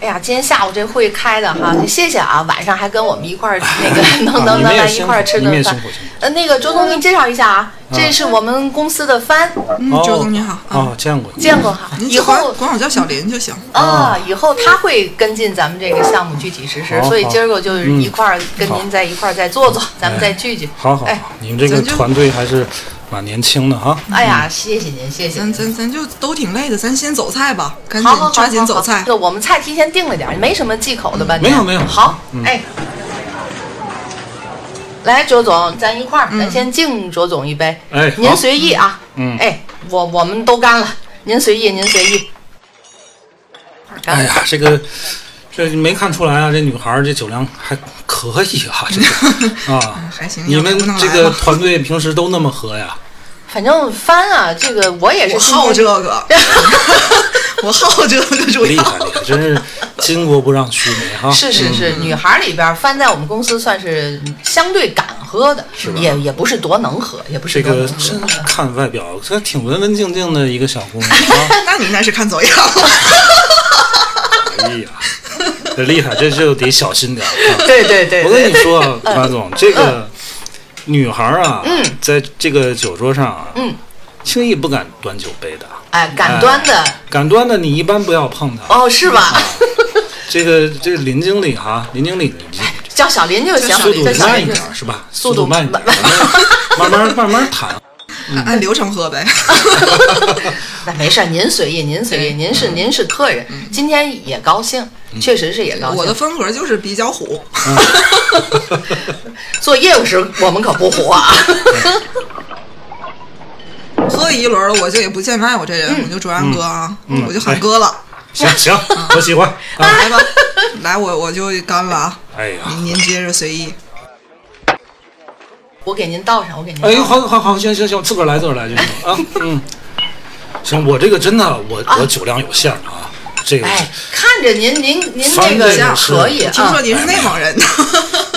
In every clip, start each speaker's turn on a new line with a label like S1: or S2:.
S1: 哎呀，今天下午这会开的哈，谢谢啊，晚上还跟我们一块儿那个 能
S2: 嗯啊
S1: 能
S2: 你
S1: 能
S2: 们也
S1: 来一
S2: 辛
S1: 块儿
S2: 苦
S1: 吃
S2: 你们也辛
S1: 顿饭
S2: 苦。辛苦
S1: 呃，那个周总给你介绍一下啊，
S2: 嗯
S1: 这是我们公司的帆，
S3: 嗯，
S2: 哦
S3: 周总您好啊，
S2: 哦，见过
S1: 见过哈。
S3: 您
S1: 以
S3: 就管
S1: 后
S3: 管我叫小林就行。
S1: 啊，以后他会跟进咱们这个项目具体实施，
S2: 嗯好
S1: 所以
S2: 好
S1: 今儿个就是
S2: 嗯
S1: 一块儿跟
S2: 好
S1: 您在一块儿再坐坐，咱们
S2: 哎
S1: 再聚聚。
S2: 好好
S1: 哎
S2: 好，你们这个
S3: 咱就
S2: 团队还是蛮年轻的哈。
S1: 哎呀，谢谢您，谢谢
S3: 咱
S1: 您。
S3: 咱咱就都挺累的，咱先走菜吧，赶紧
S1: 好好好，
S3: 抓紧走
S1: 好好
S3: 菜
S1: 那。我们菜提前定了点儿，没什么忌口的吧？
S2: 没有
S1: 您
S2: 没有
S1: 好
S2: 嗯，
S1: 哎，来，周总，咱一块儿，
S3: 嗯
S1: 咱先敬周总一杯。
S2: 哎好
S1: 您随意啊。
S2: 嗯
S1: 哎，我我们都干了，您随意，您随意。干
S2: 哎呀，这个这没看出来啊，这女孩儿这酒量还可以啊，这个啊，
S3: 哎还行，
S2: 你
S3: 要
S2: 们
S3: 不能
S2: 这
S3: 来
S2: 个
S3: 吧
S2: 团队平时都那么喝呀？
S1: 反正翻啊，这个我也是
S3: 我
S1: 今
S3: 好
S1: 天
S3: 这个，我好这个主
S2: 厉害
S3: 要。
S2: 厉害，真是巾帼不让须眉哈。
S1: 是是是，女孩里边儿翻在我们公司算是相对敢喝的，也也不是多能喝，也不
S2: 这
S1: 是多
S2: 个
S1: 能喝
S2: 真。看外表，这挺文文静静的一个小姑 娘啊！
S3: 那你应该是看走样，
S2: 哎呀，这厉害，这就得小心点儿啊。
S1: 对对对，
S2: 我跟你
S1: 对嗯
S2: 说啊，马总，这个女孩儿啊，在这个酒桌上啊，
S1: 嗯，
S2: 轻易不敢端酒杯的，
S1: 哎，敢端的
S2: 敢端的你一般不要碰她。
S1: 哦，是吧？
S2: 这个这个林经理哈、林经理，你
S1: 叫小林哎就行
S3: 叫小
S2: 速
S3: 林
S2: 度
S1: 叫小
S2: 慢一
S1: 林就
S2: 点
S1: 行。
S2: 儿是吧？
S1: 速
S2: 速
S1: 度
S2: 慢一点儿，慢慢慢慢慢谈。
S3: 按流程喝呗。
S1: 那哎没事儿，您随意，您随意，
S2: 嗯
S1: 您是您是客人，今天也高兴，确实是也高
S3: 我的
S1: 兴。
S3: 风格就是比较虎，
S1: 做业务时我们可不活啊。
S2: 嗯
S3: 喝一轮儿我就也不见外，我这人我就卓然哥啊，
S2: 嗯
S3: 我就喊哥了。
S2: 行行，我喜 欢。啊
S3: 来吧，来我我就干了啊！
S2: 哎呀，
S3: 您您接着随意，
S1: 我给您倒上，我给您倒
S2: 哎，
S1: 上。
S2: 好好好，行行行，自个儿来自个儿来就行了啊。嗯，行，我这个真的，我我酒量有限啊，这个
S1: 哎，看着您您您
S2: 反
S1: 这个
S2: 正是
S1: 可以
S3: 听说
S1: 啊，
S3: 您是内蒙人的，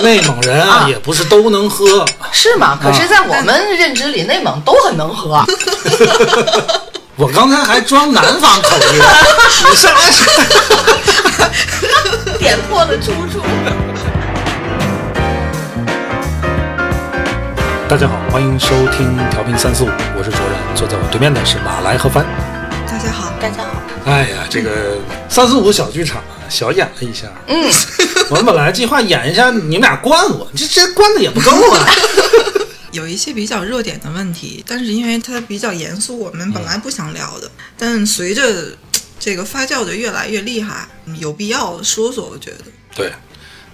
S2: 内蒙人啊
S1: 啊
S2: 也不是都能喝。
S1: 是吗？
S2: 啊
S1: 可是，在我们认知里，内蒙都很能啊喝。
S2: 嗯我刚才还装南方口音，你上来 说。哎
S1: 点破了出处。
S2: 大家好，欢迎收听调频三四五，我是卓然，坐在我对面的是马来和帆。
S3: 大家好，
S1: 大家好，
S2: 哎呀，这个三四五小剧场啊小演了一下。嗯， 我们本来计划演一下，你们俩关我，这这关的也不够 啊。
S3: 有一些比较热点的问题，但是因为它比较严肃，我
S2: 嗯
S3: 们本来不想聊的，但随着这个发酵的越来越厉害，有必要说说，我觉得。
S2: 对，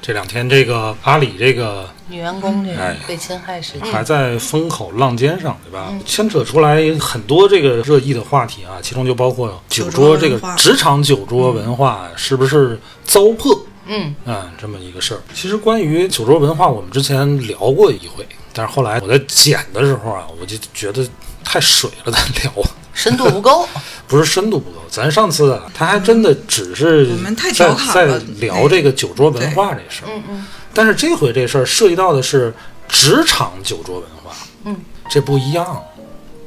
S2: 这两天这个阿里这个
S1: 女员工这
S2: 哎
S1: 个被侵害事件，
S2: 还在风口浪尖上，对吧？牵扯出来很多这个热议的话题啊，其中就包括酒桌这
S3: 酒桌文
S2: 个
S3: 化
S2: 职场酒桌文化是不是糟粕？
S1: 嗯，
S2: 嗯，这么一个事儿。其实关于酒桌文化，我们之前聊过一回，但是后来我在剪的时候啊，我就觉得太水了，咱聊
S1: 深度不够。
S2: 不是深度不够。咱上次啊，他还真的只是
S3: 我们太
S2: 在
S3: 调侃
S2: 在
S3: 了
S2: 聊这个酒桌文化这事儿，嗯嗯。但是这回这事儿涉及到的是职场酒桌文化，
S1: 嗯，
S2: 这不一样，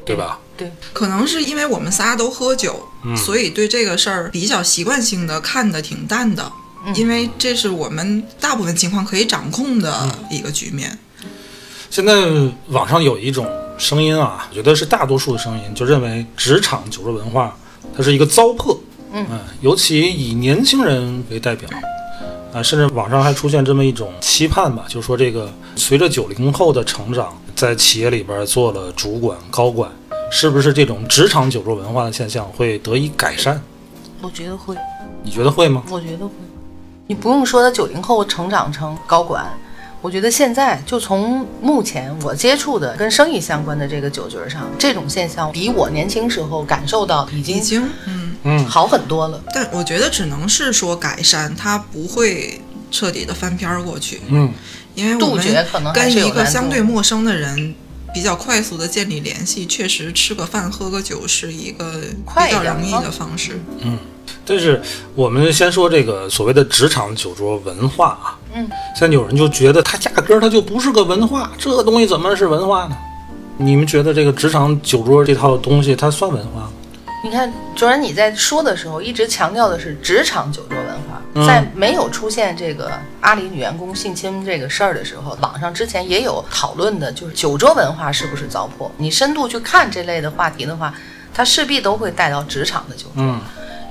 S2: 对吧？
S1: 对，
S3: 可能是因为我们仨都喝酒，所以对这个事儿比较习惯性的看得挺淡的，
S1: 嗯
S3: 因为这是我们大部分情况可以掌控的一个局面。
S1: 嗯
S2: 现在网上有一种声音啊，我觉得是大多数的声音，就认为职场酒桌文化它是一个糟粕，嗯、尤其以年轻人为代表。啊，甚至网上还出现这么一种期盼吧，就是说这个随着九零后的成长，在企业里边做了主管、高管，是不是这种职场酒桌文化的现象会得以改善？
S1: 我觉得会。
S2: 你觉得会吗？
S1: 我觉得会。你不用说他九零后成长成高管，我觉得现在就从目前我接触的跟生意相关的这个酒局上，这种现象比我年轻时候感受到的已
S3: 已
S1: 经
S3: 经嗯，
S2: 嗯，
S1: 好很多了。
S3: 但我觉得只能是说改善，它不会彻底的翻篇儿过去，
S2: 嗯，
S3: 因为我
S1: 杜绝
S3: 们
S1: 可能还
S3: 跟
S1: 是有
S3: 一个
S1: 难度
S3: 相对陌生的人。比较快速的建立联系，确实吃个饭喝个酒是一个
S1: 快嗯一
S3: 比较
S1: 点
S3: 容易
S1: 哈
S3: 的方式。
S2: 但是我们先说这个所谓的职场酒桌文化啊，
S1: 嗯，
S2: 现在有人就觉得它压根儿它就不是个文化，这东西怎么是文化呢？你们觉得这个职场酒桌这套东西它算文化吗？
S1: 你看，卓然你在说的时候一直强调的是职场酒桌文化，
S2: 嗯
S1: 在没有出现这个阿里女员工性侵这个事儿的时候，网上之前也有讨论的，就是酒桌文化是不是糟粕？你深度去看这类的话题的话，它势必都会带到职场的酒桌。
S2: 嗯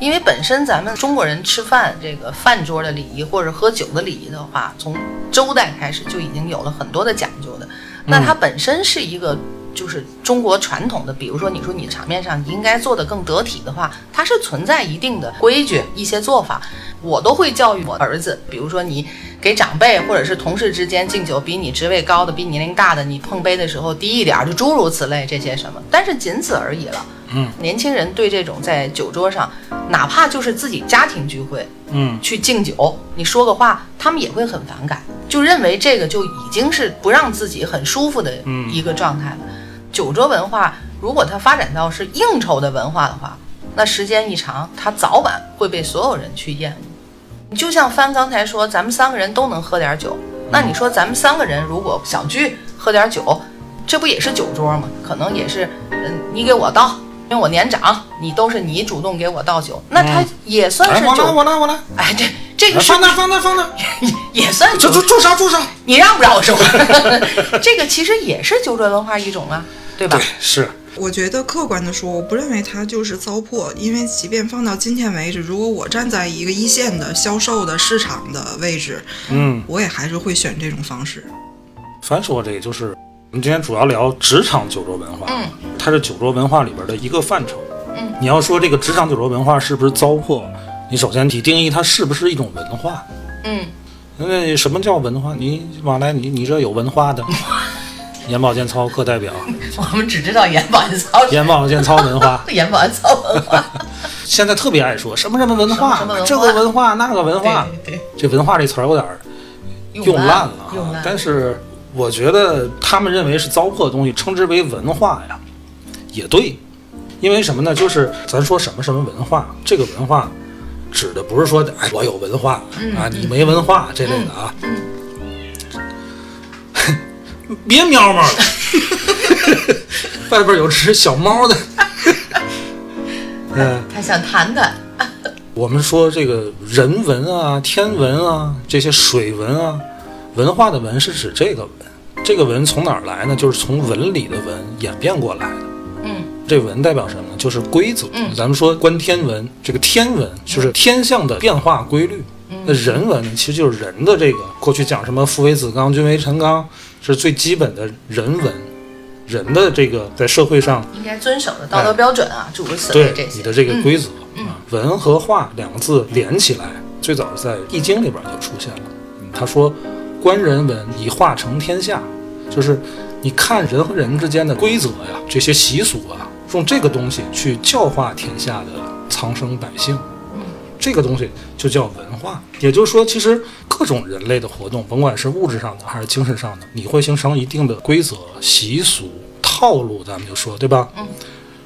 S1: 因为本身咱们中国人吃饭这个饭桌的礼仪或者喝酒的礼仪的话，从周代开始就已经有了很多的讲究的。那它本身是一个就是中国传统的，比如说你说你场面上你应该做的更得体的话，它是存在一定的规矩、一些做法。我都会教育我儿子，比如说你给长辈或者是同事之间敬酒，比你职位高的、比你年龄大的，你碰杯的时候低一点儿，就诸如此类这些什么，但是仅此而已了。年轻人对这种在酒桌上，哪怕就是自己家庭聚会
S2: 嗯
S1: 去敬酒，你说个话，他们也会很反感，就认为这个就已经是不让自己很舒服的
S2: 嗯
S1: 一个状态了。酒桌文化如果它发展到是应酬的文化的话，那时间一长，它早晚会被所有人去厌恶。你就像帆刚才说，咱们三个人都能喝点酒，那你说咱们三个人如果小聚喝点酒，这不也是酒桌吗？可能也是，嗯，你给我倒，因为我年长，你都是你主动给我倒酒，那它
S2: 嗯
S1: 也算
S2: 哎，
S1: 是
S2: 我
S1: 酒。
S2: 来我来我来，
S1: 哎，这这个是
S2: 放那放那放那，
S1: 也算
S2: 这
S1: 酒
S2: 住，住手住手！
S1: 你让不让我说？ 这个其实也是酒桌文化一种啊，对吧
S2: 对？，是，
S3: 我觉得客观的说，我不认为它就是糟粕，因为即便放到今天为止，如果我站在一个一线的销售的市场的位置，
S2: 嗯，
S3: 我也还是会选这种方式。
S2: 凡说这个就是我们今天主要聊职场酒桌文化，
S1: 嗯，
S2: 它是酒桌文化里边的一个范畴。
S1: 嗯，
S2: 你要说这个职场酒桌文化是不是糟粕，你首先得定义它是不是一种文化。
S1: 嗯，
S2: 那什么叫文化？你往来你你这有文 化的，眼保健操课代表，
S1: 我们只知道眼保健操，
S2: 眼保健操文化，
S1: 眼保健操 文化，
S2: 现在特别爱说什么什么文化，
S1: 什么什么文化
S2: 这个文化那个文化，
S1: 对，
S2: 这文化这词儿有点儿用烂了啊，
S1: 用烂了。
S2: 但是我觉得他们认为是糟粕的东西，称之为文化呀，也对，因为什么呢？就是咱说什么什么文化，这个文化指的不是说哎我有文化、啊，你没文化这类的啊。 别喵喵了，外边有只小猫的。嗯，
S1: 他想谈谈，
S2: 我们说这个人文啊、天文啊、这些水文啊，文化的文是指这个文，这个文从哪儿来呢？就是从文理的文演变过来的。
S1: 嗯，
S2: 这文代表什么呢？就是规则。
S1: 嗯
S2: 咱们说观天文，这个天文就是天象的变化规律。
S1: 嗯
S2: 那人文呢，其实就是人的这个过去讲什么父为子纲，君为臣纲，是最基本的人文，人的这个在社会上
S1: 应该遵守的道德标准啊，诸如此类
S2: 哎对
S1: 这些。嗯
S2: 你的这个规则、啊，文和化两个字连起来，最早是在《易经》里边就出现了。嗯他说：“观人文，以化成天下。”就是你看人和人之间的规则呀，这些习俗啊，用这个东西去教化天下的苍生百姓。
S1: 嗯
S2: 这个东西就叫文化，也就是说，其实各种人类的活动，甭管是物质上的还是精神上的，你会形成一定的规则、习俗、套路，咱们就说，对吧？
S1: 嗯。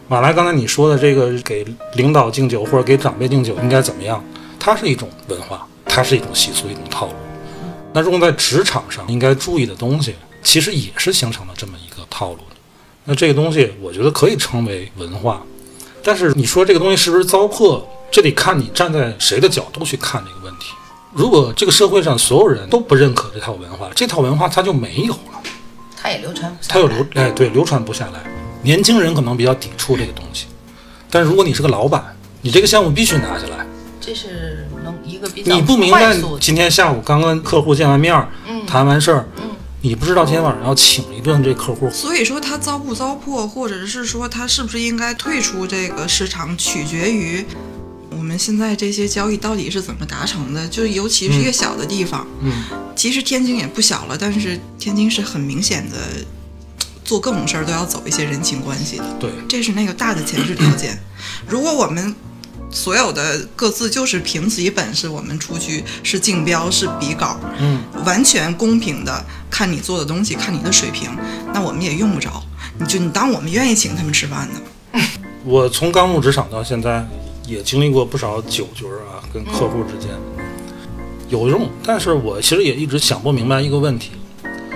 S2: 马来，刚才你说的这个给领导敬酒或者给长辈敬酒应该怎么样？它是一种文化，它是一种习俗，一种套路。那用在职场上应该注意的东西，其实也是形成了这么一个套路的。那这个东西，我觉得可以称为文化，但是你说这个东西是不是糟粕，这得看你站在谁的角度去看这个问题。如果这个社会上所有人都不认可这套文化，这套文化它就没有了。
S1: 他也流传不下
S2: 它
S1: 来。
S2: 有流哎对流传不下来。年轻人可能比较抵触这个东西，但是如果你是个老板，你这个项目必须拿下来。
S1: 这是能一个比较
S2: 你不明白
S1: 快速嗯的
S2: 今天下午刚跟客户见完面儿，谈完事儿，你不知道今天晚上要请一顿这客户。
S3: 所以说它糟不糟粕，或者是说它是不是应该退出这个市场，取决于我们现在这些交易到底是怎么达成的？就尤其是一个小的地方，
S2: 嗯，
S3: 其实天津也不小了，但是天津是很明显的，做各种事儿都要走一些人情关系的。
S2: 对，
S3: 这是那个大的前置条件。如果我们所有的各自就是凭自己本事，我们出去是竞标是比稿，
S2: 嗯，
S3: 完全公平的看你做的东西，看你的水平，那我们也用不着。你就你当我们愿意请他们吃饭呢？
S2: 我从刚入职场到现在，也经历过不少酒局儿啊，跟客户之间、
S1: 嗯
S2: 有用，但是我其实也一直想不明白一个问题，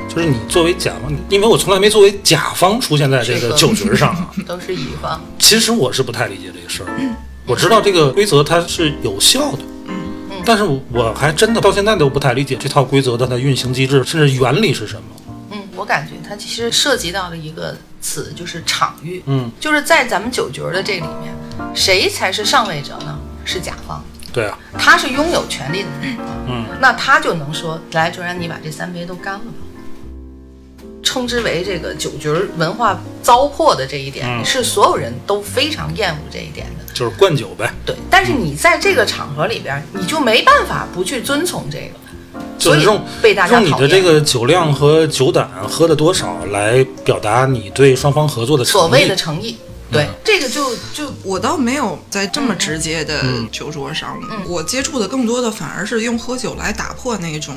S2: 就是你作为甲方，因为我从来没作为甲方出现在这
S1: 是
S2: 个
S1: 的
S2: 酒局儿上啊，
S1: 都是乙方，
S2: 其实我是不太理解这个事儿。我知道这个规则它是有效的，
S1: 嗯
S2: 但是我还真的到现在都不太理解这套规则的它的运行机制，甚至原理是什么。
S1: 嗯，我感觉它其实涉及到了一个词，就是场域，
S2: 嗯，
S1: 就是在咱们酒局儿的这里面，谁才是上位者呢？是甲方，
S2: 对啊，
S1: 他是拥有权利的人，
S2: 嗯，
S1: 那他就能说，来，卓然，你把这三杯都干了吧。称之为这个酒局儿文化糟粕的这一点，
S2: 嗯
S1: 是所有人都非常厌恶这一点的。
S2: 就是灌酒呗，
S1: 对，但是你在这个场合里边儿，你就没办法不去遵从这个，
S2: 就
S1: 所
S2: 是
S1: 以
S2: 用
S1: 被大家
S2: 用你
S1: 讨
S2: 的
S1: 厌。
S2: 这个酒量和酒胆喝的多少来表达你对双方合作的诚意嗯
S1: 所谓的诚意，对、
S3: 这个就就我倒没有在这么直接的
S2: 嗯
S3: 酒桌上，
S1: 嗯
S3: 我接触的更多的反而是用喝酒来打破那种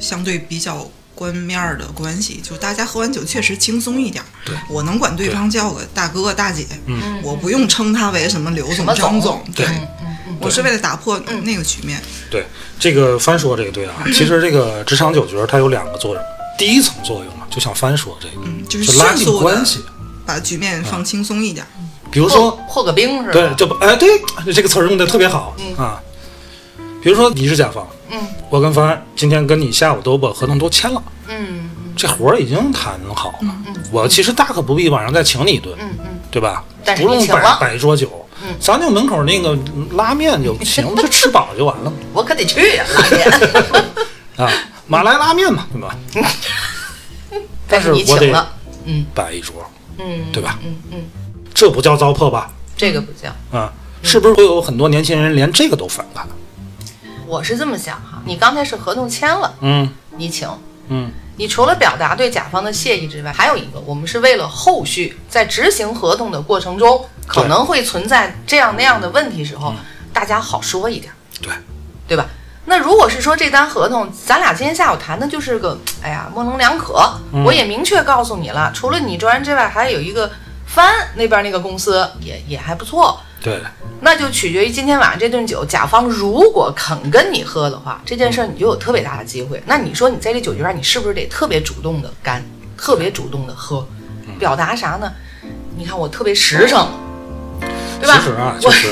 S3: 相对比较官面儿的关系，就大家喝完酒确实轻松一点儿。
S2: 对
S3: 我能管对
S2: 对
S3: 方叫个大哥大姐，
S2: 嗯
S3: 我不用称他为什么刘
S1: 什
S3: 总、
S1: 么
S3: 张
S1: 总
S3: 总，
S2: 对
S1: 嗯嗯嗯，
S3: 我是为了打破
S1: 嗯
S3: 那个局面。
S2: 对，这个翻说这个对啊，其实这个职场酒局它有两个作用，第一层作用啊，就像翻说这个，
S3: 嗯就是
S2: 就拉
S3: 迅
S2: 近
S3: 速地
S2: 关系。
S3: 把局面放轻松一点儿。
S2: 比如
S1: 破
S2: 说，
S1: 破个冰是吧？
S2: 对，就哎对，这个词儿用的特别好、啊。比如说你是甲方，
S1: 嗯
S2: 我跟方案今天跟你下午都把合同都签了，
S1: 嗯
S2: 这活儿已经谈好了，
S1: 嗯
S2: 我其实大可不必晚上再请你一顿，
S1: 嗯嗯，
S2: 对吧？
S1: 但是
S2: 不
S1: 你
S2: 用
S1: 请
S2: 摆
S1: 了
S2: 摆桌酒，
S1: 嗯
S2: 咱就门口那个拉面 就行，就吃饱就完了嘛
S1: 我可得去呀、大姐。
S2: 啊，马来拉面嘛，对吧？
S1: 但是你
S2: 我
S1: 请
S2: 得
S1: 了，嗯
S2: 摆一桌，
S1: 嗯，
S2: 对吧？
S1: 嗯嗯，
S2: 这不叫糟粕吧？
S1: 这个不叫。
S2: 啊，是不是会有很多年轻人连这个都反感？
S1: 我是这么想哈，你刚才是合同签了，
S2: 嗯
S1: 你请。
S2: 嗯，
S1: 你除了表达对甲方的谢意之外，还有一个，我们是为了后续在执行合同的过程中，可能会存在这样那样的问题时候，大家好说一点，
S2: 对，
S1: 对吧？那如果是说这单合同，咱俩今天下午谈的就是个，哎呀，模棱两可。我也明确告诉你了，除了你卓然之外，还有一个帆那边那个公司也也还不错。
S2: 对，
S1: 那就取决于今天晚上这顿酒，甲方如果肯跟你喝的话，这件事儿你就有特别大的机会。那你说你在这酒局上，你是不是得特别主动的干，特别主动的喝，
S2: 嗯
S1: 表达啥呢？你看我特别实诚，对吧？
S2: 其实啊，
S1: 我
S2: 就是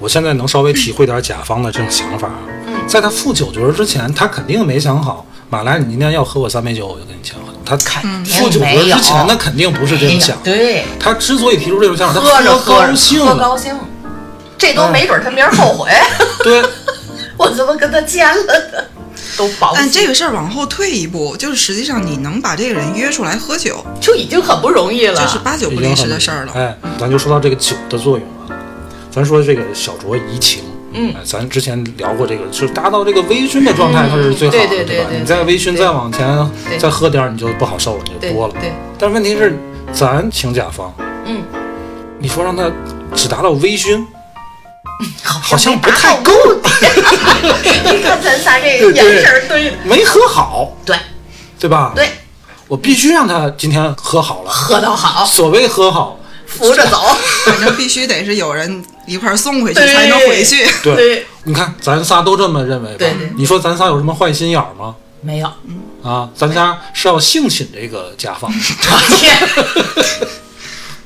S2: 我现在能稍微体会点甲方的这种想法啊。
S1: 嗯
S2: 在他付酒局儿之前，他肯定没想好，马来，你今天要喝我三杯酒，我就跟你签合同。他
S1: 肯定
S2: 付酒局
S1: 没
S2: 儿
S1: 有
S2: 之前，他肯定不是这么想。
S1: 对，
S2: 他之所以提出这种想法，他
S1: 喝着
S2: 喝高
S1: 喝
S2: 兴啊嗯
S1: 着喝
S2: 了，
S1: 高兴了，这都没准儿他明儿 后悔，
S2: 对，
S1: 我怎么跟他签了呢？都保
S3: 但
S1: 死
S3: 嗯这个事儿往后退一步，就是实际上你能把这个人约出来喝酒，
S1: 就已经很不容易了。
S3: 这是八九不离十的事儿了。
S2: 哎，咱就说到这个酒的作用啊，咱说这个小酌怡情。
S1: 嗯
S2: 哎，咱之前聊过这个，就是达到这个微醺的状态，它是最好的，
S1: 对对对
S2: 吧？
S1: 对
S2: 你再微醺，
S1: 对
S2: 再往前
S1: 对
S2: 再喝点儿，你就不好受了，你
S1: 对
S2: 就多了。
S1: 对，
S2: 但问题是，咱请甲方，
S1: 嗯，
S2: 你说让他只达到微醺，好
S1: 好
S2: 像不太够，
S1: 你看咱仨这个眼神儿对的，
S2: 没喝好，
S1: 对
S2: 对吧？
S1: 对，
S2: 我必须让他今天喝好了。
S1: 喝到好，
S2: 所谓喝好，
S1: 扶着走，
S3: 反正必须得是有人一块儿送回去
S1: 对
S3: 才能回去。
S2: 对，你看咱仨都这么认为吧？
S1: 对对
S2: 你说咱仨有什么坏心眼儿吗？
S1: 没有，
S2: 啊，咱仨是要性侵这个甲方，
S1: 我天，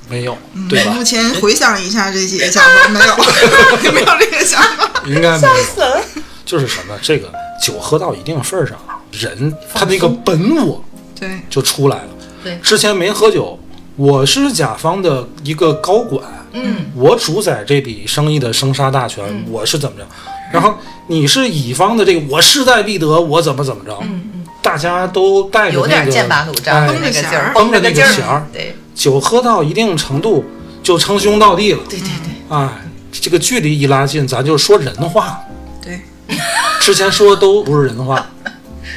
S2: 没有，
S1: 嗯
S2: 对吧
S3: 目？前回想一下这几个想法，没 有没有这个想法。
S2: 应该没有。
S1: 死了，
S2: 就是什么，这个酒喝到一定份儿上啊，人他那个本我
S3: 对，
S2: 就出来了。
S1: 对
S2: 之前没喝酒，我是甲方的一个高管，
S1: 嗯，
S2: 我主宰这笔生意的生杀大权，我是怎么着？然后你是乙方的这个，我势在必得，我怎么怎么着？大家都带着
S1: 嗯有
S2: 那
S1: 点
S2: 个
S1: 剑拔弩张的
S2: 哎
S1: 那个劲儿，
S2: 绷着那
S1: 个
S2: 个
S1: 劲
S2: 弦儿
S1: 儿，对
S2: 酒喝到一定程度就称兄道弟了，
S1: 对对对，
S2: 哎，这个距离一拉近，咱就说人话。
S3: 对，
S2: 之前说都不是人话，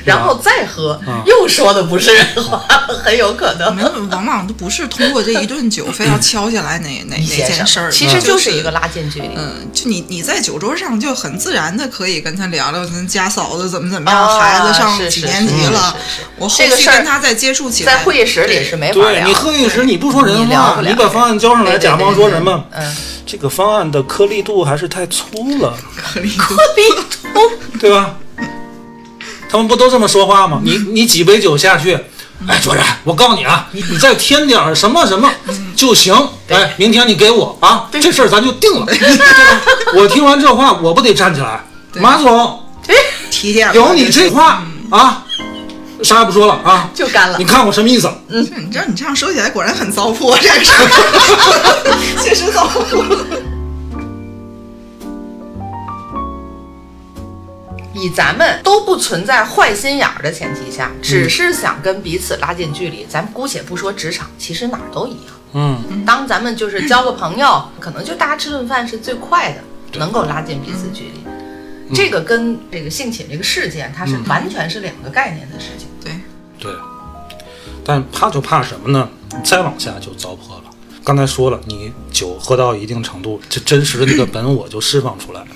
S1: 然后再喝
S2: 啊，
S1: 又说的不是人话， 很有可能。
S3: 没有，往往都不是通过这一顿酒非要敲下来哪哪哪
S1: 先
S3: 件
S1: 生
S3: 事儿，嗯
S1: 其实
S3: 就
S1: 就是一个。拉近距离。
S3: 嗯，就你你在酒桌上就很自然的可以跟他聊聊，跟家嫂子怎么怎么样，
S1: 啊
S3: 孩子上
S1: 是
S3: 几
S1: 是
S3: 年级
S1: 是
S3: 了
S1: 是是，
S3: 我后
S1: 这个
S3: 续
S1: 事儿
S3: 跟他再接触起来，
S1: 在会议室里是没法
S2: 对
S1: 聊。
S2: 你喝一时你不说人
S1: 你聊
S2: 话，
S1: 不
S2: 你
S1: 了
S2: 把方案交上
S1: 对
S2: 来，
S1: 对
S2: 甲方
S1: 对
S2: 说
S1: 对
S2: 什么？
S1: 嗯，
S2: 这个方案的颗粒度还是太粗了，
S3: 可以
S2: 对吧？他们不都这么说话吗？你你几杯酒下去，哎，卓然，我告诉你啊，你再添点儿什么什么就行。哎，明天你给我啊，这事儿咱就定了，对吧？我听完这话，我不得站起来，
S3: 对
S2: 马总，
S3: 提点儿
S2: 有你这话啊，啥也不说了啊，
S1: 就干了
S2: 你。看我什么意思？
S3: 这
S1: 嗯
S3: 你知道，你这样说起来果然很糟粕，这个事儿 确实糟粕。
S1: 以咱们都不存在坏心眼儿的前提下，只
S2: 嗯
S1: 是想跟彼此拉近距离，咱们姑且不说职场，其实哪儿都一样。
S2: 嗯。
S1: 当咱们就是交个朋友， 可能就大家吃顿饭是最快的，能够拉近彼此距离。
S2: 嗯
S1: 这个跟这个性侵这个事件，它是完全是两个概念的事情。
S3: 对，
S2: 对，但怕就怕什么呢？你再往下就糟粕了。刚才说了，你酒喝到一定程度，这真实的那个本我就释放出来了。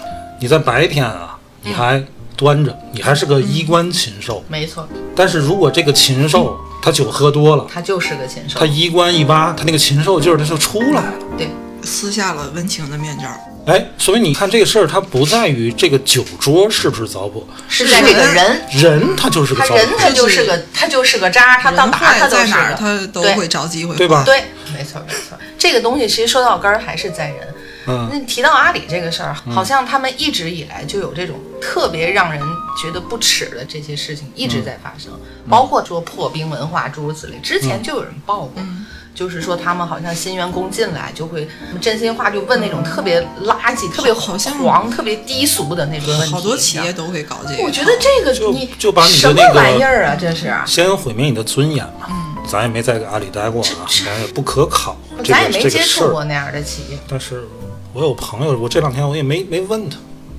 S2: 你在白天啊，你还端着，你还是个衣冠禽兽。
S1: 没错，
S2: 但是如果这个禽兽他酒喝多了，
S1: 它就是个禽兽
S2: 他。衣冠一扒，他那个禽兽劲儿他就出来了。
S1: 对，
S3: 撕下了温情的面罩儿，
S2: 哎，所以你看这个事儿，它不在于这个酒桌是不是糟粕，
S1: 是在这个人
S2: 人他就是个
S1: 他
S2: 糟
S1: 人
S2: 粕，
S1: 他就是个他就是个渣，他到
S3: 人
S1: 哪儿他
S3: 坏
S1: 都
S3: 在
S1: 是
S3: 哪儿
S1: 个。
S3: 他都
S1: 对
S3: 会找机会，
S2: 对？吧？
S1: 对，没错没错，这个东西其实说到根儿还是在人。
S2: 嗯
S1: 那提到阿里这个事儿，好像他们一直以来就有这种特别让人觉得不耻的这些事情一直在发生，
S2: 嗯
S1: 包括说破冰文化诸如此类，之前就有人报过。
S2: 嗯
S1: 就是说，他们好像新员工进来就会真心话，就问那种特别垃
S2: 嗯
S1: 圾、特别
S3: 好像
S1: 黄、特别低俗的那种问题。
S3: 好多企业，都会搞这个。
S1: 嗯我觉得这个
S2: 就
S1: 你
S2: 就把你的
S1: 什么
S2: 那个
S1: 玩意儿啊，这是。
S2: 先毁灭你的尊严嘛。咱也没在阿里待过啊，咱也不可考这
S1: 嗯咱也
S2: 个这
S1: 没
S2: 个
S1: 接
S2: 事
S1: 触过
S2: 儿。
S1: 那样的企业，
S2: 但是我有朋友，我这两天我也没没问他，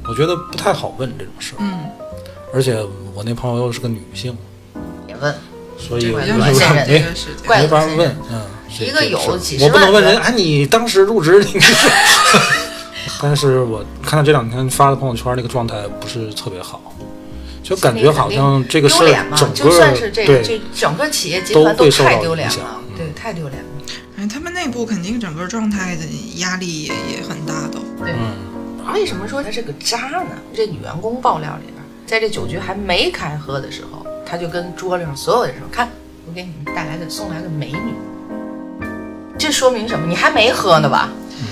S2: 我觉得不太好问这种事儿。
S3: 嗯，
S2: 而且我那朋友又是个女性，
S1: 也问
S2: 所以
S1: 这
S2: 我
S1: 个
S2: 就
S1: 就很信任
S2: 没
S3: 这个是这
S1: 嗯怪
S2: 没
S1: 不
S2: 法
S1: 得
S2: 问。嗯，这
S1: 一个有
S2: 这事儿
S1: 几十
S2: 我不能
S1: 万
S2: 问
S1: 个
S2: 人，哎，你当时入职你。 但是我看到这两天发的朋友圈那个状态不是特别好，就感觉好像这个事
S1: 丢脸
S2: 儿
S1: 嘛，
S2: 整
S1: 就
S2: 个
S1: 算是这个，就
S2: 对
S1: 整个企业集团都太丢脸
S2: 都会受到嗯
S1: 了，对，太丢脸了。
S3: 哎，他们内部肯定整个状态的压力也也很大都。
S1: 对，
S2: 嗯
S1: 为什么说他是个渣呢？这女员工爆料里边，在这酒局还没开喝的时候，他就跟桌上所有人说：“看，我给你们带来个送来个美女。”这说明什么？你还没喝呢吧？
S2: 嗯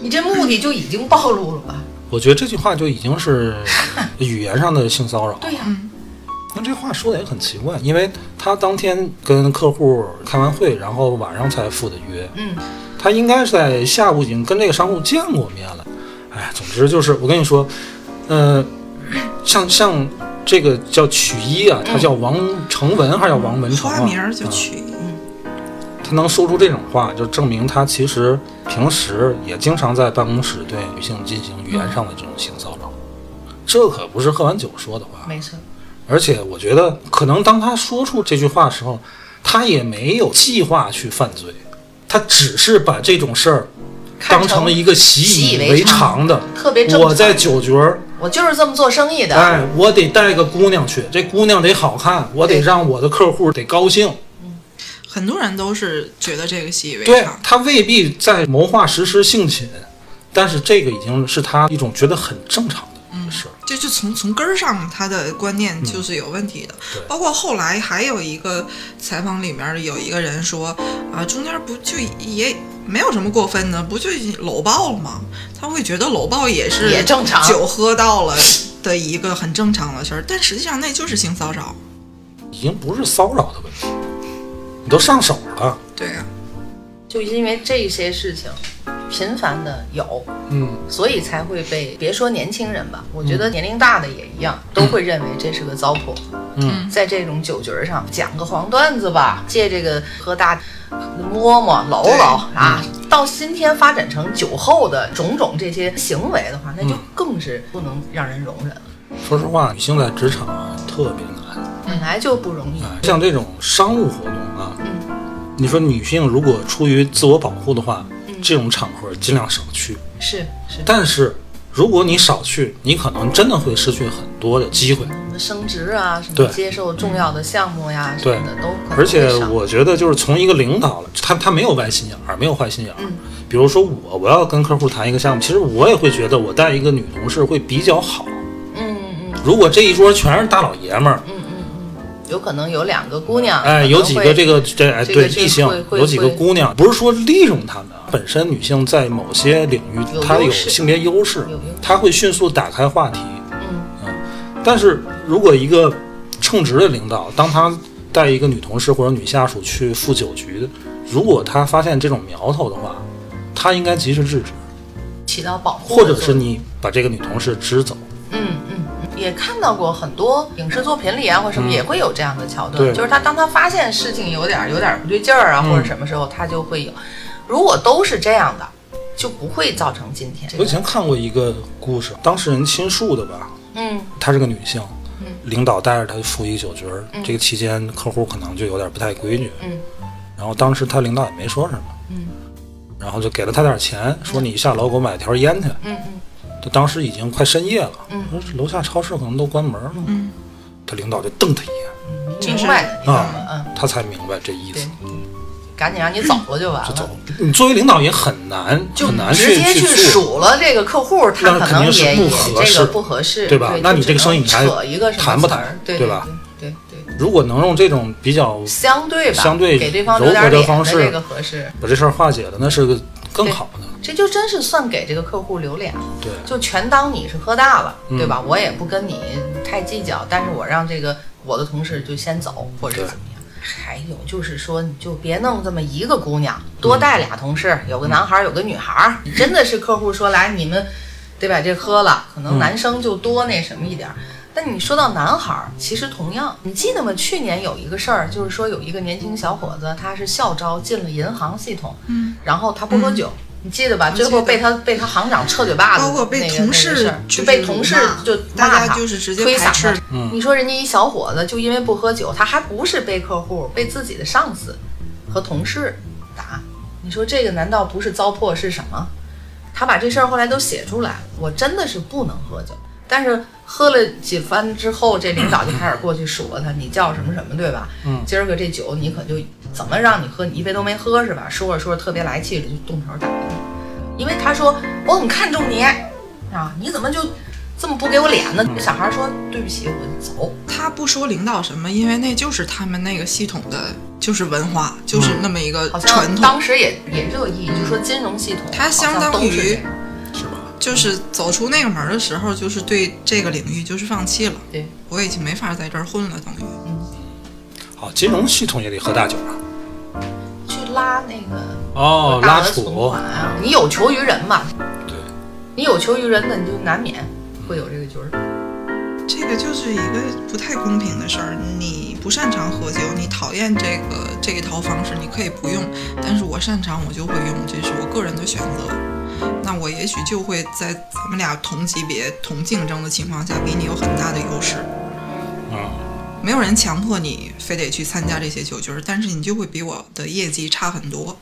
S1: 你这目的就已经暴露了吧？
S2: 我觉得这句话就已经是语言上的性骚扰。
S1: 对呀、
S2: 那这话说的也很奇怪，因为他当天跟客户开完会，然后晚上才赴的约，
S1: 嗯，
S2: 他应该是在下午已经跟这个商户见过面了。哎，总之就是我跟你说，呃，像像这个叫曲一啊，他叫王成文还是叫王文成、啊？
S3: 花名儿就
S2: 啊
S3: 取，
S2: 他能说出这种话，就证明他其实平时也经常在办公室对女性进行语言上的这种性骚扰。这可不是喝完酒说的话，
S1: 没错，
S2: 而且我觉得，可能当他说出这句话的时候，他也没有计划去犯罪，他只是把这种事儿
S1: 看
S2: 当成了一个习
S1: 习
S2: 以
S1: 以
S2: 为
S1: 为
S2: 常
S1: 常
S2: 的。
S1: 特别正常。
S2: 我在酒局儿，
S1: 我就是这么做生意的。
S2: 哎，我得带个姑娘去，这姑娘得好看，我得
S1: 对
S2: 让我的客户得高兴。
S3: 很多人都是觉得这个习以为
S2: 对
S3: 常。
S2: 他未必在谋划实施性侵，但是这个已经是他一种觉得很正常的一个事儿。
S3: 就就从从根儿上，他的观念就是有问题的。
S2: 对
S3: 包括后来还有一个采访里面有一个人说，啊，中间不就也没有什么过分的，不就搂抱了吗？他会觉得搂抱也是
S1: 也正常
S3: 酒喝到了的一个很正常的事儿，但实际上那就是性骚扰。
S2: 已经不是骚扰的问题，你都上手了，
S3: 对啊，
S1: 就因为这些事情频繁的有，
S2: 嗯。
S1: 所以才会被别说年轻人吧，我觉得年龄大的也一样，都会认为这是个糟粕。
S2: 嗯，
S1: 在这种酒局儿上讲个黄段子吧，借这个喝大摸摸搂
S3: 对
S1: 搂啊，到今天发展成酒后的种种这些行为的话，那就
S2: 嗯
S1: 更是不能让人容忍了，
S2: 说实话，女性在职场啊特别难。
S1: 本来就不容易。
S2: 啊，像这种商务活动啊，
S1: 嗯
S2: 你说女性如果出于自我保护的话，这种场合尽量少去。
S1: 是是，
S2: 但是如果你少去，你可能真的会失去很多的机会。
S1: 什么升职啊，什么
S2: 对
S1: 接受重要的项目呀，什
S2: 对
S1: 么的都可能
S2: 而且
S1: 会少
S2: 我觉得，就是从一个领导，他他没有歪心眼儿，没有坏心眼儿。
S1: 嗯
S2: 比如说我，我要跟客户谈一个项目，其实我也会觉得我带一个女同事会比较好。
S1: 嗯嗯
S2: 如果这一桌全是大老爷们儿，
S1: 嗯嗯嗯，有可能有两个姑娘，
S2: 哎，
S1: 啊可能
S2: 有几个
S1: 会
S2: 这个这哎
S1: 这个
S2: 对
S1: 这
S2: 异性
S1: 会，会
S2: 有几个
S1: 会
S2: 姑娘，不是说利用她们啊，本身女性在某些领域
S1: 有
S2: 她
S1: 优
S2: 有
S1: 势
S2: 性别优势
S1: 有优势，
S2: 她会迅速打开话题。啊
S1: 嗯
S2: 但是如果一个称职的领导，当他带一个女同事或者女下属去赴酒局，如果他发现这种苗头的话，他应该及时制止，
S1: 起到保护
S2: 或
S1: 的作用，
S2: 者是你把这个女同事支走。
S1: 嗯嗯，嗯，也看到过很多影视作品里啊，或者什么
S2: 嗯
S1: 也会有这样的桥段，
S2: 对
S1: 就是他当他发现事情有点儿有点儿不对劲儿啊，
S2: 嗯
S1: 或者什么时候，他就会有。如果都是这样的，就不会造成今天。
S2: 我以前看过一个故事，当事人亲述的吧，
S1: 嗯
S2: 她是个女性
S1: 嗯，
S2: 领导带着她赴一酒局儿
S1: 嗯，
S2: 这个期间客户可能就有点不太规矩，
S1: 嗯
S2: 然后当时她领导也没说什么，
S1: 嗯
S2: 然后就给了她点钱，说你下楼给我买条烟去。
S1: 嗯嗯
S2: 就当时已经快深夜了，
S1: 嗯
S2: 我说楼下超市可能都关门了，
S3: 嗯，
S2: 他领导就瞪他一眼，
S1: 嗯，
S3: 就是
S1: 明白的，明白的，嗯，
S2: 他才明白这意思
S1: 对，，赶紧让你走了就完
S2: 就走
S1: 了。。
S2: 你作为领导也很难，
S1: 就
S2: 很难
S1: 直
S2: 去
S1: 接
S2: 做。
S1: 数了这个客户，他
S2: 那
S1: 可
S2: 肯
S1: 能
S2: 定是
S1: 也
S2: 不
S1: 也
S2: 合
S1: 这个
S2: 适
S1: 不合适，
S2: 对吧
S1: 对
S2: 那你
S1: 就
S2: 这个
S1: 只
S2: 生意
S1: 能
S2: 你还
S1: 扯一个什么
S2: 谈不谈
S1: 词儿对
S2: 对吧？
S1: 对对对。
S2: 如果能用这种比较
S1: 相对吧，
S2: 相对
S1: 给对方留
S2: 柔和
S1: 点脸
S2: 的方式
S1: 这个合适，
S2: 把这事儿化解了，那是个更好的。
S1: 这就真是算给这个客户留脸，
S2: 对，
S1: 就全当你是喝大了，
S2: 嗯
S1: 对吧？我也不跟你太计较，但是我让这个我的同事就先走，或者是
S2: 对
S1: 怎么样。还有就是说，你就别弄这么一个姑娘，多带俩同事，
S2: 嗯
S1: 有个男孩儿，有个女孩儿。你真的是客户说来你们，对吧？这喝了，可
S2: 嗯
S1: 能男生就多那什么一点儿。但你说到男孩儿，其实同样，你记得吗？去年有一个事儿，就是说有一个年轻小伙子，他是校招进了银行系统，
S3: 嗯，
S1: 然后他不喝酒，你记得吧？
S3: 记
S1: 最
S3: 得
S1: 后被他被他行长撤嘴巴子，
S3: 包括被
S1: 那个
S3: 同事
S1: 那个事儿
S3: 就是
S1: 就被同事
S3: 骂
S1: 就骂
S3: 大
S1: 他，
S3: 家就是直接
S1: 推搡
S3: 排斥
S1: 他。
S2: 嗯
S1: 你说人家一小伙子就因为不喝酒，他还不是被客户、被自己的上司和同事打，你说这个难道不是糟粕是什么？他把这事儿后来都写出来，我真的是不能喝酒。但是喝了几番之后，这领导就开始过去数落他，你叫什么什么，对吧？
S2: 嗯
S1: 今儿个这酒你可就怎么让你喝，你一杯都没喝是吧？说着说着特别来气了，就动手打他，因为他说我很看重你啊，你怎么就这么不给我脸
S2: 嗯
S1: 呢？小孩说对不起，我走。
S3: 他不说领导什么，因为那就是他们那个系统的，就是文化，就是那么一个
S1: 好像
S3: 传统，
S1: 当时也也热议，就说金融系统
S3: 它相当于
S1: 好像都是这样
S2: 是吧？
S3: 就是走出那个门儿的时候，就是对这个领域就是放弃了。
S1: 对，
S3: 我已经没法在这儿混了，等于。
S2: 好，金融系统也得喝大酒啊。
S1: 去拉那个
S2: 哦，
S1: 大
S2: 拉
S1: 额存
S2: 储
S1: 款，啊，你有求于人嘛？
S2: 对，
S1: 你有求于人的，你就难免会有这个局儿。
S3: 这个就是一个不太公平的事儿。你不擅长喝酒，你讨厌这个这一套方式，你可以不用。但是我擅长，我就会用，这是我个人的选择。那我也许就会在咱们俩同级别、同竞争的情况下，比你有很大的优势。
S2: 嗯，
S3: 没有人强迫你非得去参加这些酒局，儿，但是你就会比我的业绩差很多。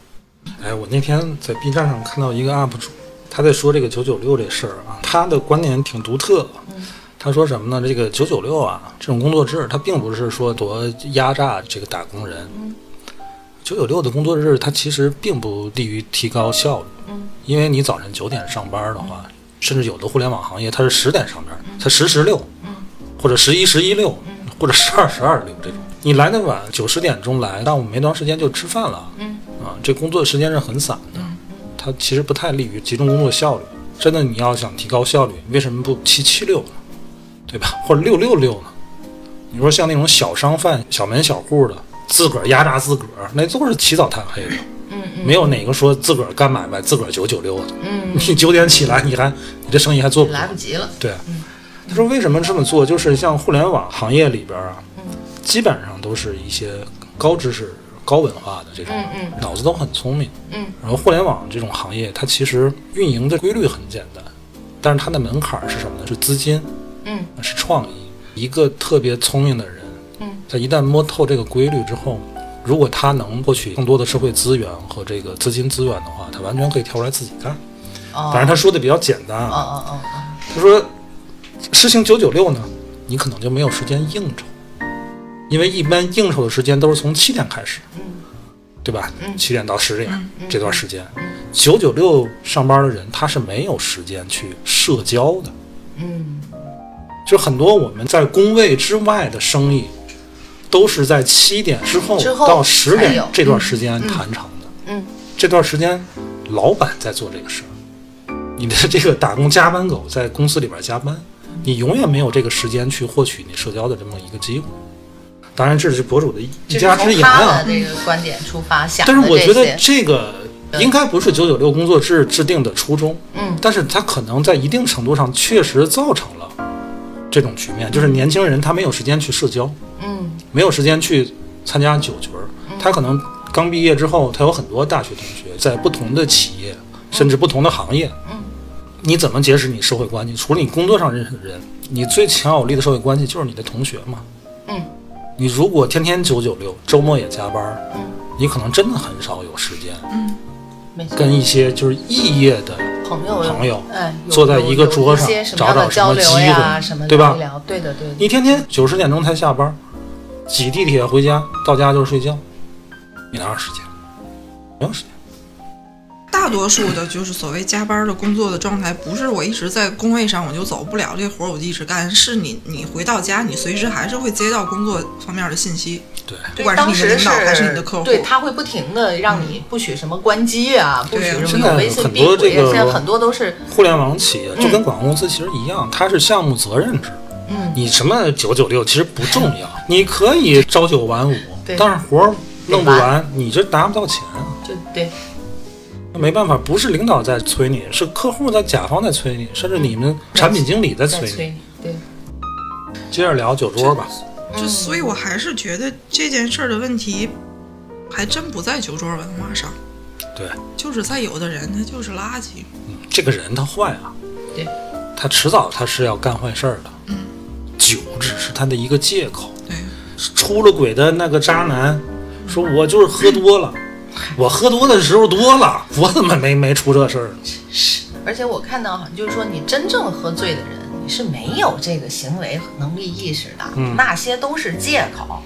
S2: 哎，我那天在 B 站上看到一个 UP 主，他在说这个九九六这事儿啊，他的观点挺独特。
S1: 嗯
S2: 他说什么呢？这个九九六啊，这种工作制，它并不是说多压榨这个打工人。
S1: 嗯
S2: 九九六的工作日，它其实并不利于提高效率。
S1: 嗯
S2: 因为你早晨九点上班的话，甚至有的互联网行业它是十点上班，
S1: 嗯
S2: 它十十六，或者十一十一六，或者十二十二六这种。你来的晚，九十点钟来，但我们没多长时间就吃饭了。
S1: 嗯
S2: 啊，这工作时间是很散的，它其实不太利于集中工作效率。真的，你要想提高效率，为什么不七七六呢？对吧？或者六六六呢？你说像那种小商贩、小门小户的，自个儿压榨自个儿，那都是起早贪黑的。
S1: 嗯嗯
S2: 没有哪个说自个儿干买卖自个儿九九六的，
S1: 嗯，
S2: 你九点起来，你还你这生意还做不
S1: 来不及了。
S2: 对。他说为什么这么
S1: 嗯
S2: 做？就是像互联网行业里边啊，基本上都是一些高知识高文化的这种，
S1: 嗯嗯
S2: 脑子都很聪明。
S1: 嗯，
S2: 然后互联网这种行业，它其实运营的规律很简单，但是它的门槛是什么呢？是资金，
S1: 嗯，
S2: 是创意。一个特别聪明的人，
S1: 嗯，
S2: 他一旦摸透这个规律之后，如果他能获取更多的社会资源和这个资金资源的话，他完全可以跳出来自己干。
S1: 哦
S2: 反正他说的比较简单啊，
S1: 哦哦哦
S2: 他说，事情九九六呢，你可能就没有时间应酬，因为一般应酬的时间都是从七点开始，
S1: 嗯
S2: 对吧？
S1: 嗯
S2: 七点到十点、
S1: 嗯
S2: 这段时间，九九六上班的人他是没有时间去社交的，
S1: 嗯
S2: 就很多我们在工位之外的生意，都是在七点之后
S1: 之后
S2: 到十
S1: 才
S2: 点
S1: 有
S2: 这段时间谈成的。
S1: 嗯
S2: 这段时间，老板在做这个事儿，你的这个打工加班狗在公司里边加班，你永远没有这个时间去获取你社交的这么一个机会。当然，这是博主的一
S1: 这
S2: 家
S1: 是
S2: 之
S1: 从
S2: 言
S1: 他
S2: 啊
S1: 的。这个观点出发想的
S2: 但是我觉
S1: 这
S2: 得
S1: 些
S2: 这个应该不是九九六工作制制定的初衷，
S1: 嗯
S2: 但是它可能在一定程度上确实造成了这种局面，就是年轻人他没有时间去社交，
S1: 嗯
S2: 没有时间去参加酒局儿。他可能刚毕业之后，他有很多大学同学在不同的企业，甚至不同的行业。
S1: 嗯，
S2: 你怎么结识你社会关系？除了你工作上认识的人，你最强有力的社会关系就是你的同学嘛。
S1: 嗯，
S2: 你如果天天九九六，周末也加班儿，
S1: 嗯
S2: 你可能真的很少有时间
S1: 没错
S2: 跟一些就是异业的
S1: 朋友有
S2: 朋友
S1: 哎有
S2: 坐在
S1: 有
S2: 一个
S1: 有
S2: 桌上
S1: 些什么
S2: 找
S1: 样的
S2: 找什
S1: 交
S2: 么
S1: 流
S2: 机会
S1: 呀什么
S2: 对吧
S1: 聊一聊对的对的
S2: 你天天九十点钟才下班，挤地铁回家，到家就是睡觉，你哪有时间？没有时间。
S3: 大多数的就是所谓加班的工作的状态，不是我一直在工位上我就走不了，这活儿我就一直干，是你你回到家，你随时还是会接到工作方面的信息，
S2: 对，
S3: 不管
S1: 当
S3: 是你的
S1: 时
S3: 领导还是你的客户，
S1: 对他会不停的让你不许什么关机啊，不许什
S2: 嗯现
S1: 么
S2: 在
S1: 用微信
S2: 很
S1: 闭
S2: 多
S1: 嘴
S2: 这
S1: 啊，
S2: 个
S1: 现在很多都是
S2: 互联网企业就跟广告公司其实一样，它是项目责任制。
S1: 嗯，
S2: 你什么九九六其实不重 要，你可以朝九晚五
S1: 对，
S2: 但是活儿弄不
S1: 得
S2: 完，你这拿不到钱。
S1: 就对
S2: 那没办法，不是领导在催你，是客户在、甲方在催你，甚至你们产品经理在
S1: 嗯在
S2: 催
S1: 催
S2: 你。
S1: 你，对，
S2: 接着聊酒桌吧，
S3: 就所以，我还是觉得这件事儿的问题，还真不在酒桌文化上，
S2: 对，
S3: 就是在有的人他就是垃圾，
S2: 这个人他坏啊，
S1: 对，
S2: 他迟早他是要干坏事儿的。
S3: 嗯，
S2: 酒只是他的一个借口。
S3: 对，
S2: 出了轨的那个渣男，说我就是喝多了，我喝多的时候多了，我怎么没没出这事儿？
S1: 而且我看到好像就是说，你真正喝醉的人，你是没有这个行为能力意识的，
S2: 嗯
S1: 那些都是借口。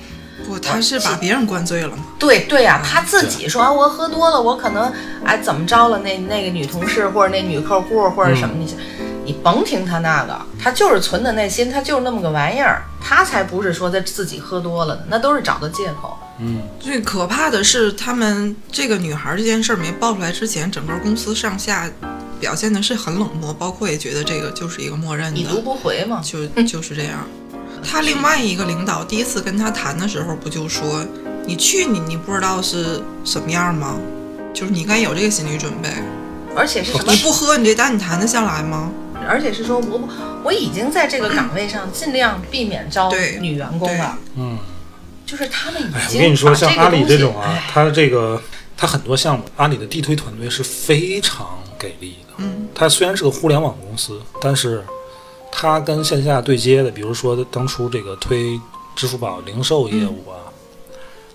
S3: 不，他是把别人灌醉了嘛，
S1: 对对呀、他自己说啊，我喝多了，我可能哎怎么着了？那那个女同事或者那女客户或者什么，你想你甭听他那个，他就是存的那心，他就是那么个玩意儿，他才不是说他自己喝多了呢，那都是找的借口。
S2: 嗯，
S3: 最可怕的是，他们这个女孩儿这件事儿没爆出来之前，整个公司上下表现的是很冷漠，包括也觉得这个就是一个默认
S1: 已
S3: 的，
S1: 读不回嘛，
S3: 就就是这样。他另外一个领导第一次跟他谈的时候，不就说：“你去你你不知道是什么样吗？就是你应该有这个心理准备。
S1: 而且是什么
S3: 你？不喝，你这单你谈得下来吗？
S1: 而且是说我我已经在这个岗位上尽量避免招
S3: 对
S1: 女员工了，
S2: 嗯，
S1: 就是他们
S2: 哎
S1: 已，
S2: 我
S1: 经
S2: 跟你说，
S1: 把
S2: 像
S1: 个
S2: 阿里
S1: 东
S2: 这
S1: 西
S2: 种啊
S1: 哎，
S2: 它这个它很多项目，阿里的地推团队是非常给力的。
S3: 嗯，
S2: 它虽然是个互联网公司，但是它跟线下对接的，比如说当初这个推支付宝零售业务
S1: 嗯
S2: 啊，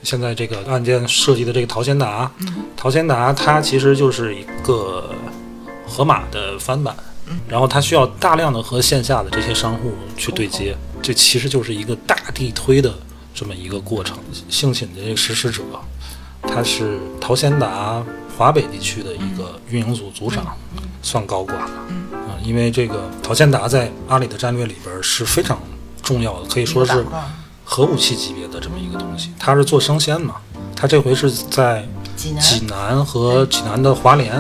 S2: 现在这个案件涉及的这个淘鲜达，
S1: 嗯
S2: 淘鲜达它其实就是一个盒马的翻版，然后它需要大量的和线下的这些商户去对接，这其实就是一个大地推的这么一个过程。性侵的这个实施者，他是淘鲜达华北地区的一个运营组组长，算高管了。啊，因为这个淘鲜达在阿里的战略里边儿是非常重要的，可以说
S1: 一
S2: 是
S1: 个板块儿
S2: 核武器级别的这么一个东西。它是做生鲜嘛，它这回是在
S1: 济南
S2: 济南和济南的华联，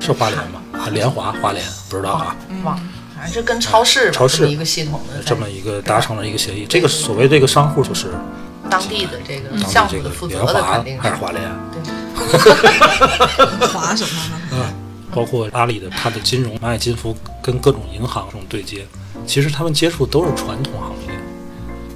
S2: 是华联吗？啊，联华，华联不知道啊。
S1: 哇，反正是跟超市吧
S2: 超市
S1: 这么一个系统的
S2: 这么一个达成了一个协议，这个所谓这个商户就是
S1: 当地的这个
S2: 当
S1: 项
S2: 地
S1: 目
S2: 这
S1: 的
S2: 个
S1: 负责
S2: 联
S1: 的
S2: 华
S1: 肯定
S2: 还
S1: 是
S2: 是华联，
S3: 划什么呢？
S1: 嗯
S2: 包括阿里的它的金融、蚂蚁金服跟各种银行这种对接，其实他们接触都是传统行业，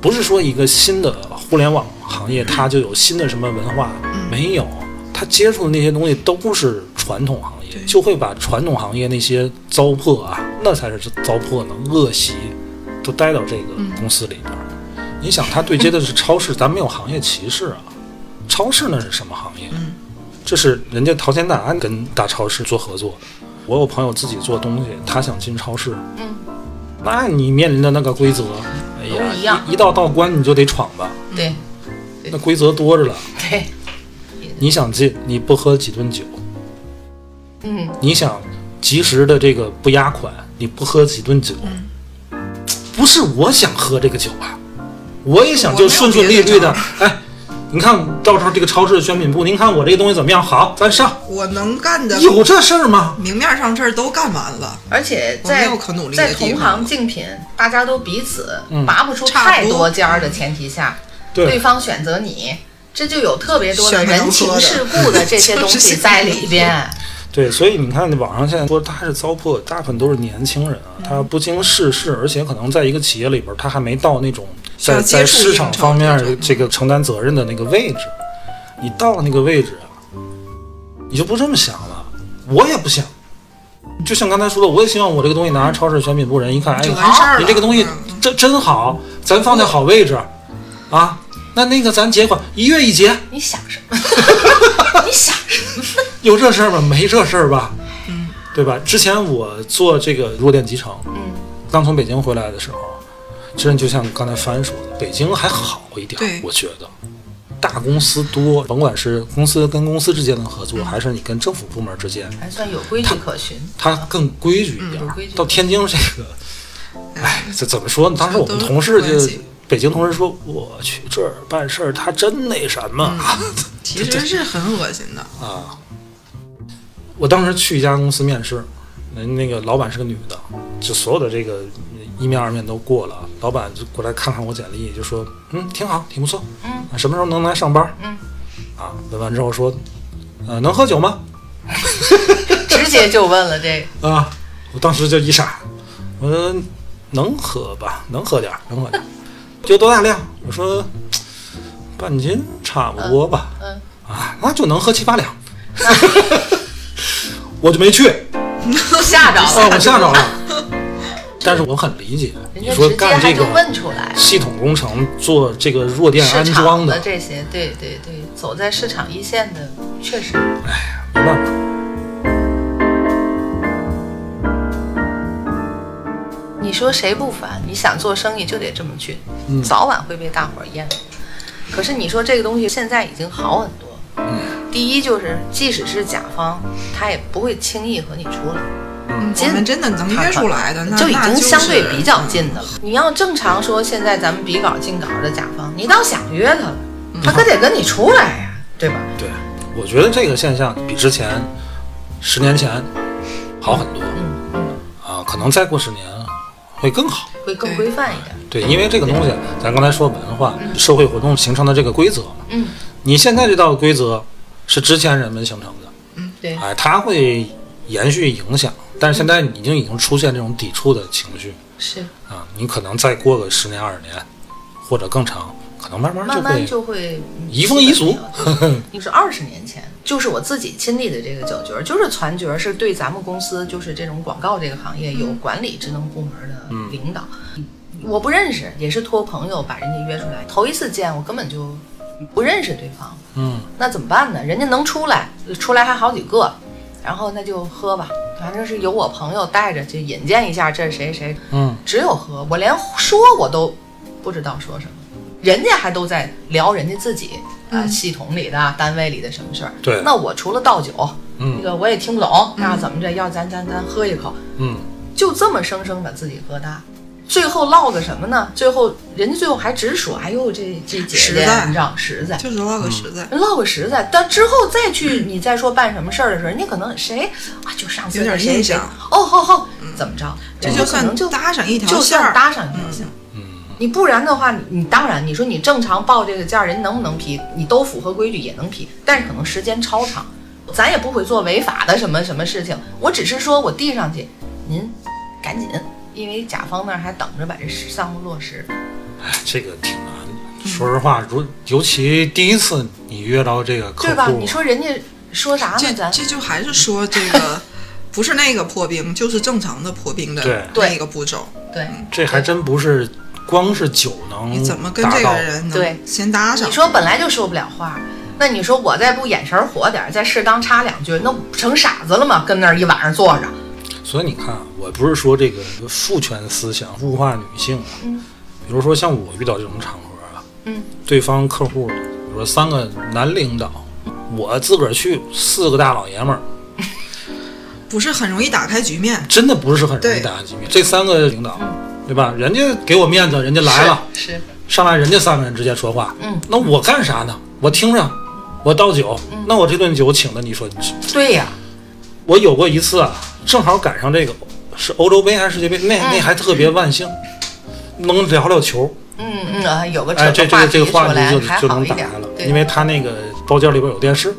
S2: 不是说一个新的互联网行业它就有新的什么文化
S3: 嗯，
S2: 没有，它接触的那些东西都是传统行业
S3: 对，
S2: 就会把传统行业那些糟粕啊，那才是糟粕呢，恶习都待到这个
S1: 嗯
S2: 公司里边儿。你想，它对接的是超市， 咱没有行业歧视啊。超市那是什么行业？
S3: 嗯
S2: 这是人家陶潜大安跟大超市做合作。我有朋友自己做东西，他想进超市，
S1: 嗯，
S2: 那你面临的那个规则，哎呀，
S1: 都一样
S2: 一到道关你就得闯吧，
S1: 对
S3: 嗯
S2: 那规则多着了。
S1: 对，
S2: 你想进，你不喝几顿酒；
S1: 嗯，
S2: 你想及时的这个不押款，你不喝几顿酒。不是我想喝这个酒啊，我也想就顺顺利利的。 哎，您看到时候这个超市的选品部，您看我这个东西怎么样？好，咱上。
S3: 我能干的
S2: 有这事儿吗？
S3: 明面上事儿都干完了，
S1: 而且
S3: 我没
S1: 在
S3: 有可努力的
S1: 在
S3: 地
S1: 同
S3: 方
S1: 行竞品，大家都彼此
S2: 嗯
S1: 拔不出
S3: 差
S1: 太
S3: 不多
S1: 多尖儿的前提下，对
S2: 对，
S1: 方选择你，这就有特别多的
S3: 选不能
S1: 人情
S3: 喝的
S1: 世故的这些东西在里边。
S2: 对，所以你看，网上现在说他是糟粕，大部分都是年轻人啊，他不经世事，而且可能在一个企业里边，他还没到那种
S3: 需要
S2: 在
S3: 接
S2: 在
S3: 触
S2: 市
S3: 应
S2: 场
S3: 酬
S2: 方
S3: 这
S2: 面
S3: 种
S2: 这个承担责任的那个位置。你到了那个位置啊，你就不这么想了。我也不想，就像刚才说的，我也希望我这个东西拿着超市选品部人一看，哎
S3: 就，完事儿了。
S2: 你这个东西
S3: 嗯
S2: 真真好，咱放在好位置啊。那那个咱结款一月一结，
S1: 你想什么？ 你想什么？
S2: 有这事儿吗？没这事儿吧？嗯，对吧？之前我做这个弱电集成，
S1: 嗯，
S2: 刚从北京回来的时候，真的就像刚才帆说的，北京还好一点
S3: 对，
S2: 我觉得。大公司多，甭管是公司跟公司之间的合
S1: 嗯
S2: 作，还是你跟政府部门之间，
S1: 还算有规矩可循。
S2: 它更规矩一点
S1: 嗯有
S2: 儿
S1: 规。矩嗯
S2: 到天津这个，哎，这怎么说呢？当时我们同事
S3: 都是关
S2: 就
S3: 系
S2: 北京同事说，我去这儿办事儿，他真那什么
S1: 嗯
S2: 啊。
S3: 其实是很恶心的，
S2: 啊，我当时去一家公司面试，那那个老板是个女的，就所有的这个一面二面都过了，老板就过来看看我简历，就说嗯挺好，挺不错，
S1: 嗯
S2: 啊，什么时候能来上班？
S1: 嗯，
S2: 啊，问完之后说，呃，能喝酒吗？
S1: 直接就问了这个，
S2: 啊，我当时就一傻，我说能喝吧，能喝点儿，能喝点儿，就多大量？我说半斤差不多吧。
S1: 嗯
S2: 啊，那就能喝七八两。 我就没去，啊，
S1: 吓着
S2: 我
S1: 了，
S2: 吓着了。但是我很理解，
S1: 人
S2: 你
S1: 家
S2: 说
S1: 直接
S2: 干
S1: 还
S2: 这
S1: 就
S2: 个
S1: 问出来。
S2: 系统工程，做这个弱电安
S1: 市
S2: 装
S1: 场
S2: 的，
S1: 这些，对对对，走在市场一线的，确实
S2: 没办法。
S1: 你说谁不烦？你想做生意就得这么去，
S2: 嗯
S1: 早晚会被大伙儿厌恶。可是你说这个东西现在已经好很多。
S2: 嗯
S1: 第一就是，即使是甲方，他也不会轻易和你出来，
S3: 嗯我
S1: 今
S3: 们真的能约出来的，那
S1: 就已
S3: 那
S1: 经
S3: 是嗯
S1: 相对比较近的了。你要正常说，现在咱们比稿进稿的甲方，你倒想约他了，
S3: 嗯
S1: 他可得跟你出来呀、对吧？
S2: 对，我觉得这个现象比之前十年前好很多
S1: 嗯嗯，
S2: 啊，可能再过十年会更好。
S1: 会更
S3: 对
S1: 规范一点。
S2: 对，因为这个东西，咱刚才说文化、社会活动形成的这个规则嘛，
S1: 嗯，
S2: 你现在这道规则是之前人们形成的，
S1: 对，
S2: 哎，它会延续影响，但是现在已经已经出现这种抵触的情绪
S1: 是
S2: 啊，你可能再过个十年二十年，或者更长，可能慢慢
S1: 慢
S2: 就
S1: 慢
S2: 会
S1: 就会
S2: 移风易 俗。
S1: 嗯就是二十年前，就是我自己亲历的这个搅局儿，就是攒局儿是对咱们公司就是这种广告这个行业有管理职能部门的领导，
S3: 嗯
S1: 我不认识，也是托朋友把人家约出来，头一次见我根本就不认识对方，
S2: 嗯，
S1: 那怎么办呢？人家能出来，出来还好几个，然后那就喝吧，反正是有我朋友带着，就引荐一下这是谁谁，
S2: 嗯，
S1: 只有喝，我连说我都不知道说什么，人家还都在聊人家自己
S3: 嗯
S1: 啊、呃系统里的、单位里的什么事儿。
S2: 对
S1: 那我除了倒酒，
S2: 嗯
S1: 那个我也听不懂，
S3: 嗯
S1: 那怎么着？要咱咱咱喝一口，
S2: 嗯，
S1: 就这么生生把自己喝大。最后落个什么呢？最后人家最后还直说，哎呦这这姐
S3: 实
S1: 姐
S3: 在，
S1: 你知道实在，
S3: 就是唠个实在，
S1: 落个实在，但之后再去你再说办什么事儿的时候，人家可能谁啊，就上次
S3: 有点
S1: 那谁
S3: 印
S1: 谁
S3: 象嗯
S1: 哦，好好，怎么着？
S3: 这
S1: 人
S3: 就
S1: 家可
S3: 算
S1: 能就
S3: 搭上一条
S1: 就
S3: 线
S1: 算
S3: 儿，嗯
S1: 搭上一条线。你不然的话，你你当然你说你正常报这个价儿，人能不能批？你都符合规矩也能批，但是可能时间超长，咱也不会做违法的什么什么事情。我只是说我递上去，您赶紧，因为甲方那儿还等着把这项目落实。
S2: 哎这个挺难的。说实话，如尤其第一次你约到这个客
S1: 对吧？
S2: 户，
S1: 你说人家说啥呢？
S3: 这
S1: 咱
S3: 这就还是说这 个不是那个破冰，就是正常的破冰
S2: 对
S3: 的
S1: 对
S3: 那个步骤。
S1: 对，
S2: 这还真不是光是酒能
S3: 你怎么跟
S2: 达
S3: 这
S2: 到
S3: 个人
S1: 对
S3: 能先搭上
S1: 你？说本来就说不了话，那你说我再不眼神火点儿，再适当插两句，那不成傻子了吗？跟那儿一晚上坐着，
S2: 所以你看啊，我不是说这个父权思想物化女性啊，比如说像我遇到这种场合啊，
S1: 嗯，
S2: 对方客户，比如说三个男领导，我自个儿去四个大老爷们儿，
S3: 不是很容易打开局面。
S2: 真的不是很容易
S3: 对
S2: 打击面。这三个领导，对吧？人家给我面子，人家来了，
S1: 是是
S2: 上来人家三个人直接说话，
S1: 嗯，
S2: 那我干啥呢？我听着，我倒酒，那我这顿酒请的，你说你
S1: 对呀、
S2: 我有过一次啊，正好赶上这个是欧洲杯还是世界杯，那那还特别万幸，能聊聊球。
S1: 嗯嗯啊，有个
S2: 哎，这
S1: 个
S2: 这个这个
S1: 题出
S2: 话题
S1: 来
S2: 就
S1: 还
S2: 就
S1: 好
S2: 能
S1: 一
S2: 打
S1: 点
S2: 开
S1: 儿
S2: 了，，
S1: 对
S2: 因为他那个包间里边有电视，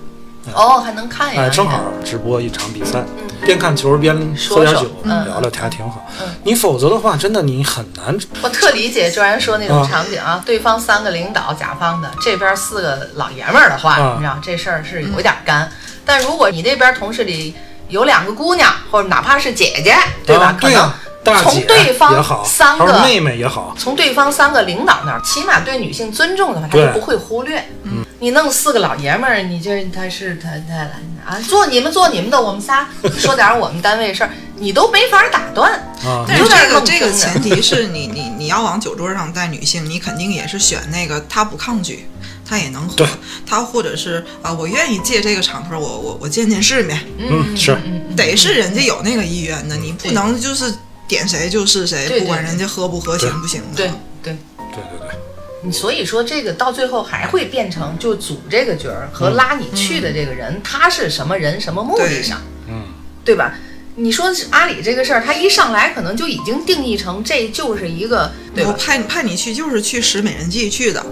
S1: 哦还能看呀，
S2: 哎，正好
S1: 你看
S2: 直播一场比赛，边看球边喝
S1: 说
S2: 点
S1: 说
S2: 酒
S1: 嗯
S2: 聊聊天，还挺好
S1: 嗯。
S2: 你否则的话，真的你很难
S1: 我特理解卓然说那种
S2: 啊
S1: 场景啊，对方三个领导，甲方的这边四个老爷们儿的话，
S2: 啊
S1: 你知道这事儿是有点干。但如果你那边同事里有两个姑娘，或者哪怕是姐姐，对吧？
S2: 啊
S1: 可
S2: 对
S1: 能
S2: 啊，大
S1: 从
S2: 姐
S1: 对方
S2: 也好，
S1: 三
S2: 还有
S1: 个
S2: 妹妹也好，
S1: 从对方三个领导那儿，起码对女性尊重的话，他
S2: 对
S1: 就不会忽略。嗯，你弄四个老爷们儿，你这他是他他来啊，做你们做你们的，我们仨说点儿我们单位事儿，你都没法打断。
S2: 啊，
S3: 但
S1: 有
S3: 是
S1: 点
S3: 这个
S1: 愣
S3: 这
S1: 真
S3: 个
S1: 的
S3: 前提是你你你要往酒桌上带女性，你肯定也是选那个她不抗拒，她也能喝
S2: 对，
S3: 她或者是啊，我愿意借这个场合，我我我见见世面，
S2: 嗯是
S3: 得是人家有那个意愿的，你不
S1: 对
S3: 能就是点谁就是
S1: 对
S3: 谁，
S1: 对
S3: 不管人家喝不喝
S2: 对
S3: 行不行的。
S1: 对对。
S2: 对对对，
S1: 你所以说这个到最后还会变成就组这个局儿和拉你去的这个人，他是什么人、什么目的上，
S2: 嗯，
S1: 对吧？你说是阿里这个事儿，他一上来可能就已经定义成这就是一个，对
S3: 我
S1: 吧？
S3: 派派你去就是去使美人计去的，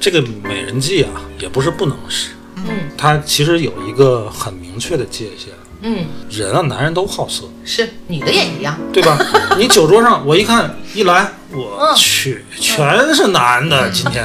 S2: 这个美人计啊，也不是不能使，
S1: 嗯
S2: 它其实有一个很明确的界限。
S1: 嗯，
S2: 人啊，男人都好色，
S1: 是女的也一样，
S2: 对吧？你酒桌上，我一看一来，我
S1: 嗯
S2: 去，全是男的，今天，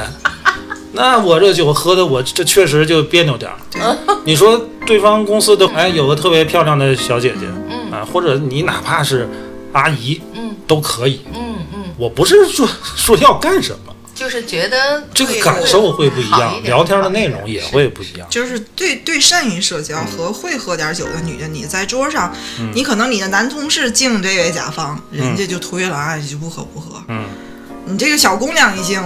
S2: 那我这酒喝的，我这确实就别扭点儿。
S1: 嗯
S2: 你说对方公司的哎，有个特别漂亮的小姐姐，
S1: 嗯
S2: 啊，或者你哪怕是阿姨，
S1: 嗯
S2: 都可以。
S1: 嗯嗯，
S2: 我不是说说要干什么，
S1: 就是觉得
S2: 这个感受会不一
S1: 好
S2: 样，
S1: 一点
S2: 聊天的内容也会不一样。
S3: 就是对对善于社
S2: 嗯
S3: 交和会喝点酒的女的，你在桌上，你可能你的男同事敬这位甲方，人家就推了，哎，就不喝不喝。
S2: 嗯，
S3: 你这个小姑娘一敬，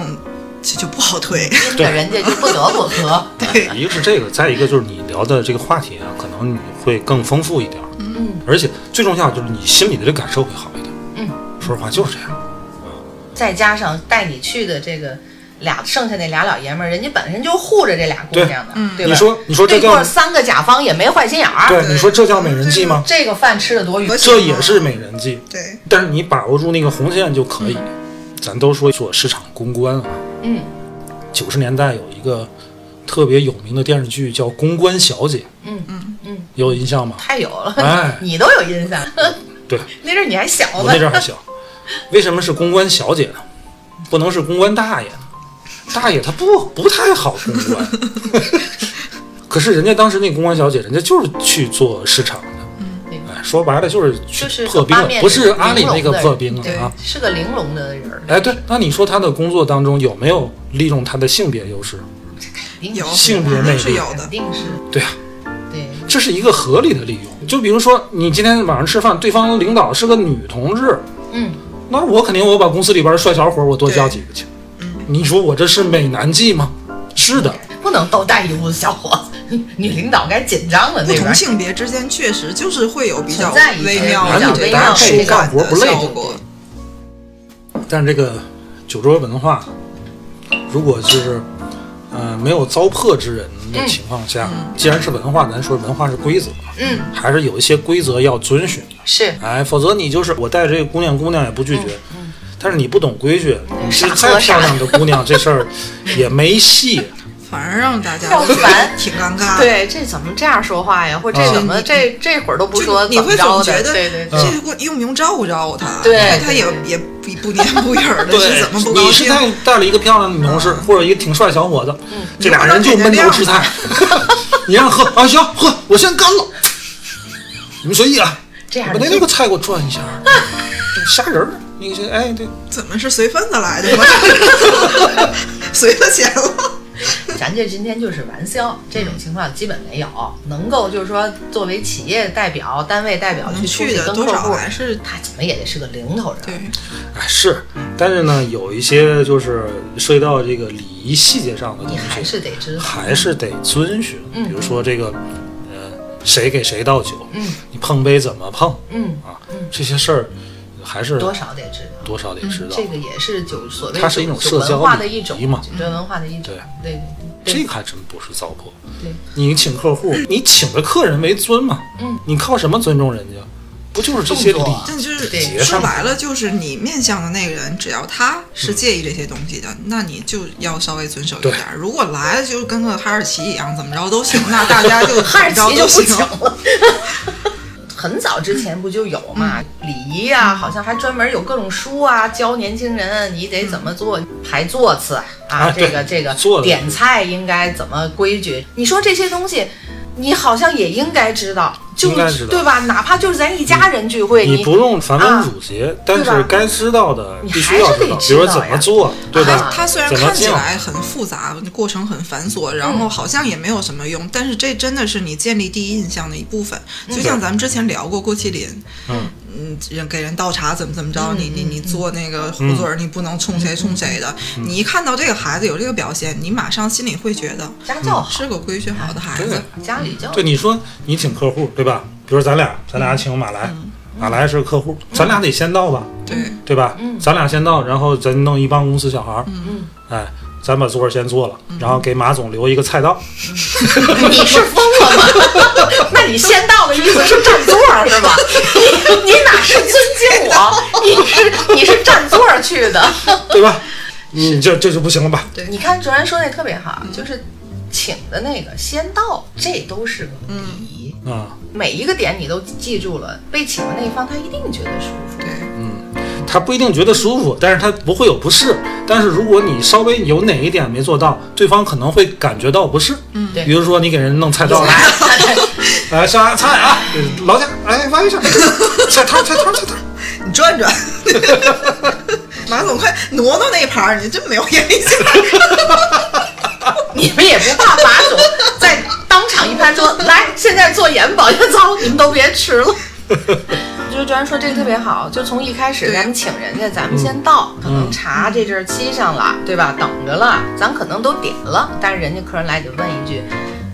S3: 就就不好推。
S2: 嗯
S1: 真的人家就不得不喝，
S3: 对，
S2: 一个是这个，再一个就是你聊的这个话题啊，可能你会更丰富一点。
S1: 嗯，
S2: 而且最重要就是你心里的这感受会好一点。
S1: 嗯，
S2: 说实话就是这样。
S1: 再加上带你去的这个俩剩下那俩老爷们儿，人家本身就护着这俩姑
S2: 对
S1: 娘的，
S3: 嗯
S1: 对吧？
S2: 你说，你说这
S1: 对
S2: 叫
S1: 过儿嗯三个甲方也没坏心眼儿，
S2: 对，你说这叫美人计吗？
S1: 这个饭吃的多匀
S3: 我，
S2: 这也是美人计，
S3: 对，
S2: 但是你把握住那个红线就可以。咱都说做市场公关啊，
S1: 嗯
S2: 九十年代有一个特别有名的电视剧叫《公关小姐》，
S1: 嗯
S3: 嗯
S1: 嗯，
S2: 有印象吗？
S1: 太有了，
S2: 哎
S1: 你都有印象，
S2: 对，
S1: 那阵儿你还小
S2: 我
S1: 呢
S2: 那，阵儿还 小。为什么是公关小姐呢？不能是公关大爷呢？大爷他不不太好公关。 可是人家当时那公关小姐，人家就是去做市场的。
S1: 对
S2: 哎，说白了就是
S1: 嗯
S2: 去
S1: 就是
S2: 破
S1: 个
S2: 冰
S1: 八
S2: 了，
S1: 面
S2: 不是阿里那个
S1: 玲珑的人
S2: 破冰
S1: 对
S2: 了啊。
S1: 是个玲珑的人儿，
S2: 哎，对，那你说他的工作当中有没有利用他的性别优势？
S1: 肯定
S3: 有
S1: 是
S2: 性别
S3: 肯
S2: 魅
S3: 定
S2: 力
S3: 是有
S1: 肯
S3: 的。
S1: 定是
S2: 对啊，
S1: 对，
S2: 这是一个合理的利用。就比如说你今天晚上吃饭，对方领导是个女同志，
S1: 嗯，
S2: 那我肯定我把公司里边的帅小伙儿我多叫几个去。你说我这是美男计吗？是的，
S1: 不能都带一屋子小伙子， 女领导该紧张了
S3: 不
S1: 那边
S3: 同
S1: 儿。
S3: 性别之间确实就是会有比较
S1: 存在一些
S3: 微妙
S1: 比较
S3: 的
S1: 微妙的
S3: 舒
S2: 干
S3: 缓
S2: 活不
S3: 的
S2: 累
S3: 效果。
S2: 但是这个酒桌文化，如果就是呃没有糟粕之人的情况下，既然是文化，咱说文化是规则，
S1: 嗯，
S2: 还是有一些规则要遵循的。
S1: 是
S2: 哎，否则你就是我带着这个姑娘，姑娘也不拒绝。但是你不懂规矩，你是
S1: 傻
S2: 再
S1: 喝傻
S2: 漂亮的姑娘，这事儿也没戏。
S3: 反而让大家
S1: 要
S3: 都觉
S1: 烦
S3: 得 挺尴尬的。
S1: 对，这怎么这样说话呀？或者
S2: 啊
S1: 这怎么
S3: 你
S1: 这这会儿都不
S3: 就
S1: 说
S3: 你
S1: 怎么
S3: 会
S1: 着
S3: 总
S1: 的？
S3: 觉得
S1: 对对对
S2: 嗯
S3: 这个用不用照顾照顾他？
S1: 对
S3: 因为他也也不不年不 影儿的，
S2: 对
S3: 是怎么不，高
S2: 你是
S3: 兴？
S2: 带带了一个漂亮的女同事，
S1: 嗯
S2: 或者一个挺帅小伙子，这俩人就闷头吃菜。 你让喝啊，行喝，我先干了。你们随意啊，
S1: 这样
S2: 把
S1: 的
S2: 那那个菜给我转一 下，虾仁儿，你这哎对，
S3: 怎么是随份子 来的吗？随了钱了，
S1: 咱这今天就是玩笑，这种情况基本没有。能够就是说，作为企业代表、单位代表
S3: 能
S1: 去出
S3: 去
S1: 去
S3: 的
S1: 跟
S3: 多
S1: 客
S3: 少
S1: 户，
S3: 还是
S1: 他怎么也得是个零头人。
S3: 对，
S2: 哎是，但是呢，有一些就是涉及到这个礼仪细节上的东
S1: 你还
S2: 西，
S1: 是得知道，
S2: 还是得遵循。
S1: 嗯
S2: 比如说这个，呃，谁给谁倒酒，
S1: 嗯
S2: 你碰杯怎么碰
S1: 嗯，
S2: 啊，这些事儿还是
S1: 多少得知道。
S2: 多少得知道。
S1: 这个也是酒所谓
S2: 它是一种
S1: 酒
S2: 社交
S1: 文化的
S2: 礼
S1: 一种，
S2: 仪嘛
S1: 酒桌文化的一种。对对
S2: 这个还真不是糟粕。
S1: 对，
S2: 你请客户，你请的客人为尊嘛，
S1: 嗯，
S2: 你靠什么尊重人家？不就是这些礼
S1: 动作啊
S3: 但就是
S1: 对
S3: 说白了，就是你面向的那个人，只要他
S1: 嗯
S3: 是介意这些东西的，那你就要稍微遵守一
S2: 对
S3: 点儿。如果来了就跟个哈士奇一样，怎么着都行，那大家就
S1: 哈士
S3: 怎么
S1: 奇
S3: 着
S1: 就
S3: 都
S1: 不请
S3: 行。
S1: 了。很早之前不就有嘛，礼仪啊，好像还专门有各种书啊，教年轻人你得怎么做，排座次啊，
S2: 嗯啊
S1: 这个这
S2: 对
S1: 个
S2: 做的
S1: 点菜应该怎么规矩？你说这些东西，你好像也应该知道，就
S2: 应该知道
S1: 对吧？哪怕就是咱一家人聚会，
S2: 你不用繁文缛节，但
S1: 啊对
S2: 是
S1: 吧
S2: 该知道的
S1: 你
S2: 必须要知道，
S1: 还是得
S2: 比如
S1: 知道
S2: 说怎
S1: 呀
S2: 么做，对
S1: 啊
S2: 吧？
S3: 它虽然
S2: 怎么
S3: 看起
S2: 进
S3: 来很复杂，过程很繁琐，然后好像也没有什么用，但是这真的是你建立第一印象的一部分。就像咱们之前聊过郭麒麟，
S2: 嗯
S3: 嗯，人给人倒茶怎么怎么着，你你你做那个壶嘴儿，你不能冲谁冲谁的。
S2: 嗯
S3: 你一看到这个孩子有这个表现，你马上心里会觉得
S1: 家教好，
S3: 是个规矩好的孩子。
S1: 家里教
S2: 对，你说你请客户，对吧？比如咱俩，咱俩请马来，
S1: 嗯
S2: 马来是个客户，咱俩得先到吧，
S3: 对，
S2: 对吧？咱俩先到，然后咱弄一帮公司小孩儿，
S1: 嗯
S2: 哎，咱把座儿先坐了，然后给马总留一个菜刀，
S1: 你是疯了吗？ 那你先到的意思是占座儿是吧？你你哪是尊敬我？你是你是占座儿去的。
S2: 对吧？你这这就不行了吧？
S3: 对
S1: 你看卓然说那特别好，就是请的那个先到，这都是个礼仪。
S2: 啊，
S1: 每一个点你都记住了，被请的那一方他一定觉得舒服。
S3: 对。
S2: 他不一定觉得舒服，但是他不会有不适。但是如果你稍微有哪一点没做到，对方可能会感觉到不适。嗯
S1: 对
S2: 比如说你给人弄菜刀
S1: 有来
S2: 来，， 来上来菜啊，劳驾，哎，弯一下，菜汤菜汤菜汤。
S3: 你转转， 马总快挪挪那盘儿，你真没有眼力 见儿。
S1: 你们也不怕马总在当场一拍桌，来，现在做眼保健操，你们都别吃了。 就是专说这个特别好，就从一开始
S3: 对
S1: 咱们请人家，咱们先到，可能茶这阵儿沏上了，对吧？等着了，咱可能都点了，但是人家客人来就问一句，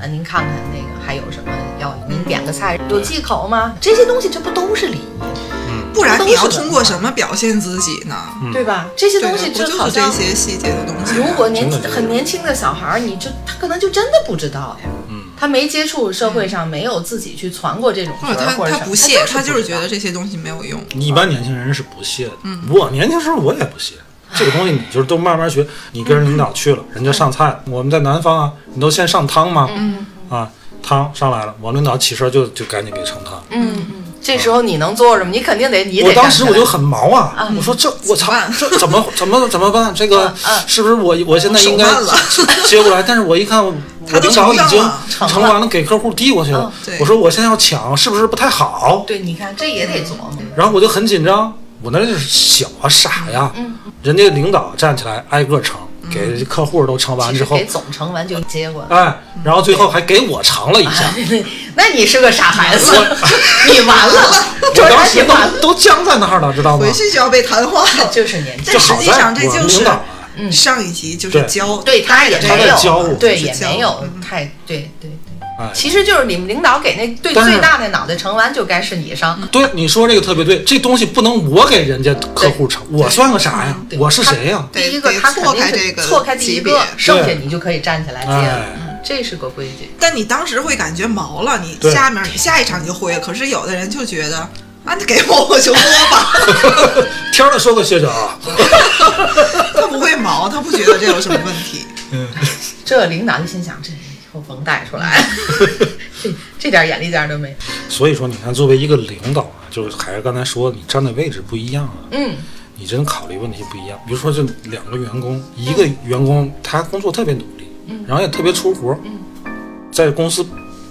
S1: 啊，您看看那个还有什么要您点个菜有忌口吗？这些东西这不都是礼仪，
S3: 不然你要通过什么表现自己呢？
S2: 嗯
S1: 对吧？这些
S3: 对
S1: 东
S3: 啊
S1: 西
S3: 不就
S1: 好
S3: 是
S1: 像
S3: 这些细节的东西吗。
S1: 如果年
S2: 真的是
S1: 很年轻的小孩儿，你就他可能就真的不知道呀，
S2: 嗯，
S1: 他没接触社会上，没有自己去传过这种
S3: 或者
S1: 歌
S3: 他
S1: 或者
S3: 他
S1: 什么
S3: 不屑，
S1: 他
S3: 他就
S1: 不
S3: 是
S1: 知
S3: 觉
S1: 道
S3: 得这些东西没有用。
S2: 一般年轻人是不屑的，我年轻时候我也不屑。这个东西你就是都慢慢学，你跟人领导去了，人家上菜了，我们在南方啊，你都先上汤吗？嗯啊，汤上来了，我领导起身就就赶紧给盛汤。
S1: 嗯嗯，这时候你能做什么？你肯定得你得
S2: 我
S1: 站起来。
S2: 当时我就很毛啊，我说这我操
S3: 嗯办，嗯
S2: 这怎么怎么怎么办？这个是不是我我现在应该
S3: 手慢了
S2: 接过来？但是我一看，我
S3: 他都
S2: 领导已
S3: 盛
S2: 经
S3: 上了
S2: 盛完了，给客户递过去了
S1: 嗯
S3: 对。
S2: 我说我现在要抢，是不是不太好？
S1: 对，你看这也得琢磨。
S2: 然后我就很紧张，我那就是小啊傻呀，
S3: 嗯
S2: 人家领导站起来挨个盛，给客户都盛完
S1: 其
S2: 之
S1: 实
S2: 后
S1: 给，总成完就接过来。
S2: 哎，然后最后还给我尝了一
S3: 哎
S2: 下，
S1: 那你是个傻孩子， 你完了，
S2: 我当
S1: 卓然你
S2: 时
S1: 完了，
S2: 都都僵在那儿了，知道吗
S3: 回？去就要被谈 话了。
S1: 就是年轻
S3: 但
S2: 这。
S3: 实
S2: 好
S3: 际
S2: 在
S3: 上这
S2: 我们
S3: 就是
S2: 领导啊
S3: 上一集就是
S2: 对
S3: 教，
S1: 嗯对他也
S2: 他
S1: 没
S2: 在
S1: 有，
S2: 教我嗯
S1: 对
S3: 是
S1: 也
S3: 教
S1: 没有太对对对，
S2: 哎，
S1: 其实就是你们领导给那对
S2: 但是
S1: 最大那脑袋盛完就该是你上，
S2: 对，你说这个特别对，这东西不能我给人家客户盛，我算个啥呀？
S1: 对
S2: 我是谁呀？
S1: 第
S3: 得
S1: 一个
S3: 得
S1: 他肯
S3: 错
S1: 定
S3: 开
S1: 是
S3: 这个
S1: 错开第一
S3: 级
S1: 个
S3: 别，
S1: 剩下
S2: 对
S1: 你就可以站起来接
S2: 哎
S1: 了，嗯这是个规矩。
S3: 但你当时会感觉毛了，你
S2: 对
S3: 下面你下一场你就会了。可是有的人就觉得啊，你给我我就摸吧，
S2: 天儿的说个学啊长，
S3: 他不会毛，他不觉得这有什么问题。
S1: 这领导就心想，这以后甭带出 来，这这点眼力见儿都没有。
S2: 所以说你看，作为一个领导啊，就是还是刚才说，你站的位置不一样啊，
S1: 嗯，
S2: 你真考虑问题不一样。比如说，这两个员工，一个员工他工作特别努力，
S1: 嗯
S2: 然后也特别出活，在公司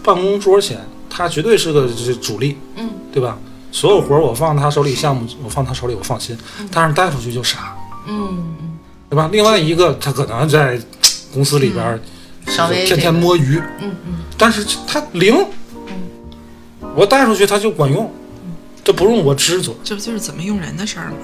S2: 办公桌前，他绝对是个这主力，
S1: 嗯，
S2: 对吧？所有活儿我放他手里，项目我放他手里，我放心。但是带出去就傻，
S1: 嗯，
S2: 对吧？另外一个他可能在公司里边儿
S1: 嗯稍微
S2: 天
S1: 这
S2: 天
S1: 个
S2: 摸鱼，
S1: 嗯嗯，
S2: 但是他零，我带出去他就管用，
S1: 嗯
S2: 这不用我知足，
S3: 这不就是怎么用人的事儿吗？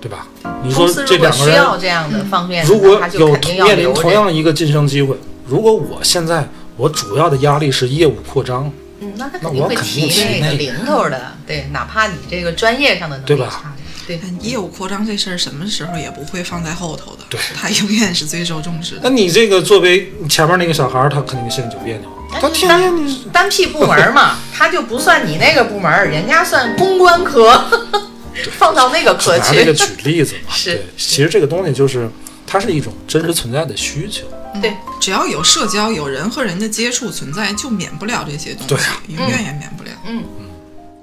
S2: 对吧？你说
S1: 公司
S2: 这
S1: 如果
S2: 两个
S1: 需
S2: 人
S1: 要这样的方面，
S2: 如
S1: 那
S2: 果
S1: 他就
S2: 有
S1: 肯定要
S2: 面临
S1: 留着
S2: 同样一个晋升机会，如果我现在我主要的压力是业务扩张，
S1: 嗯，那他
S2: 那
S1: 肯定
S2: 我
S1: 会
S2: 肯
S1: 提
S2: 定提
S1: 那
S2: 那
S1: 个
S2: 个
S1: 零头的，对，哪怕你这个专业上的能
S2: 对
S1: 力
S2: 吧
S1: 差，对，
S3: 但业务扩张这事儿什么时候也不会放在后头的，
S2: 对
S3: 它永远是最受重视
S2: 那
S3: 的。
S2: 你这个作为前面那个小孩儿，他肯定心里就别扭，他天天你
S1: 单辟部门嘛，他就不算你那个部门，人家算公关科， 放到那个科
S2: 拿这个
S1: 去，
S2: 举例 子嘛，
S1: 是
S2: 对，其实这个东西就是它是一种真实存在的需求，
S1: 对，
S3: 只要有社交，有人和人的接触存在，就免不了这些东
S2: 对
S3: 西
S2: 啊，
S3: 永远也免不了。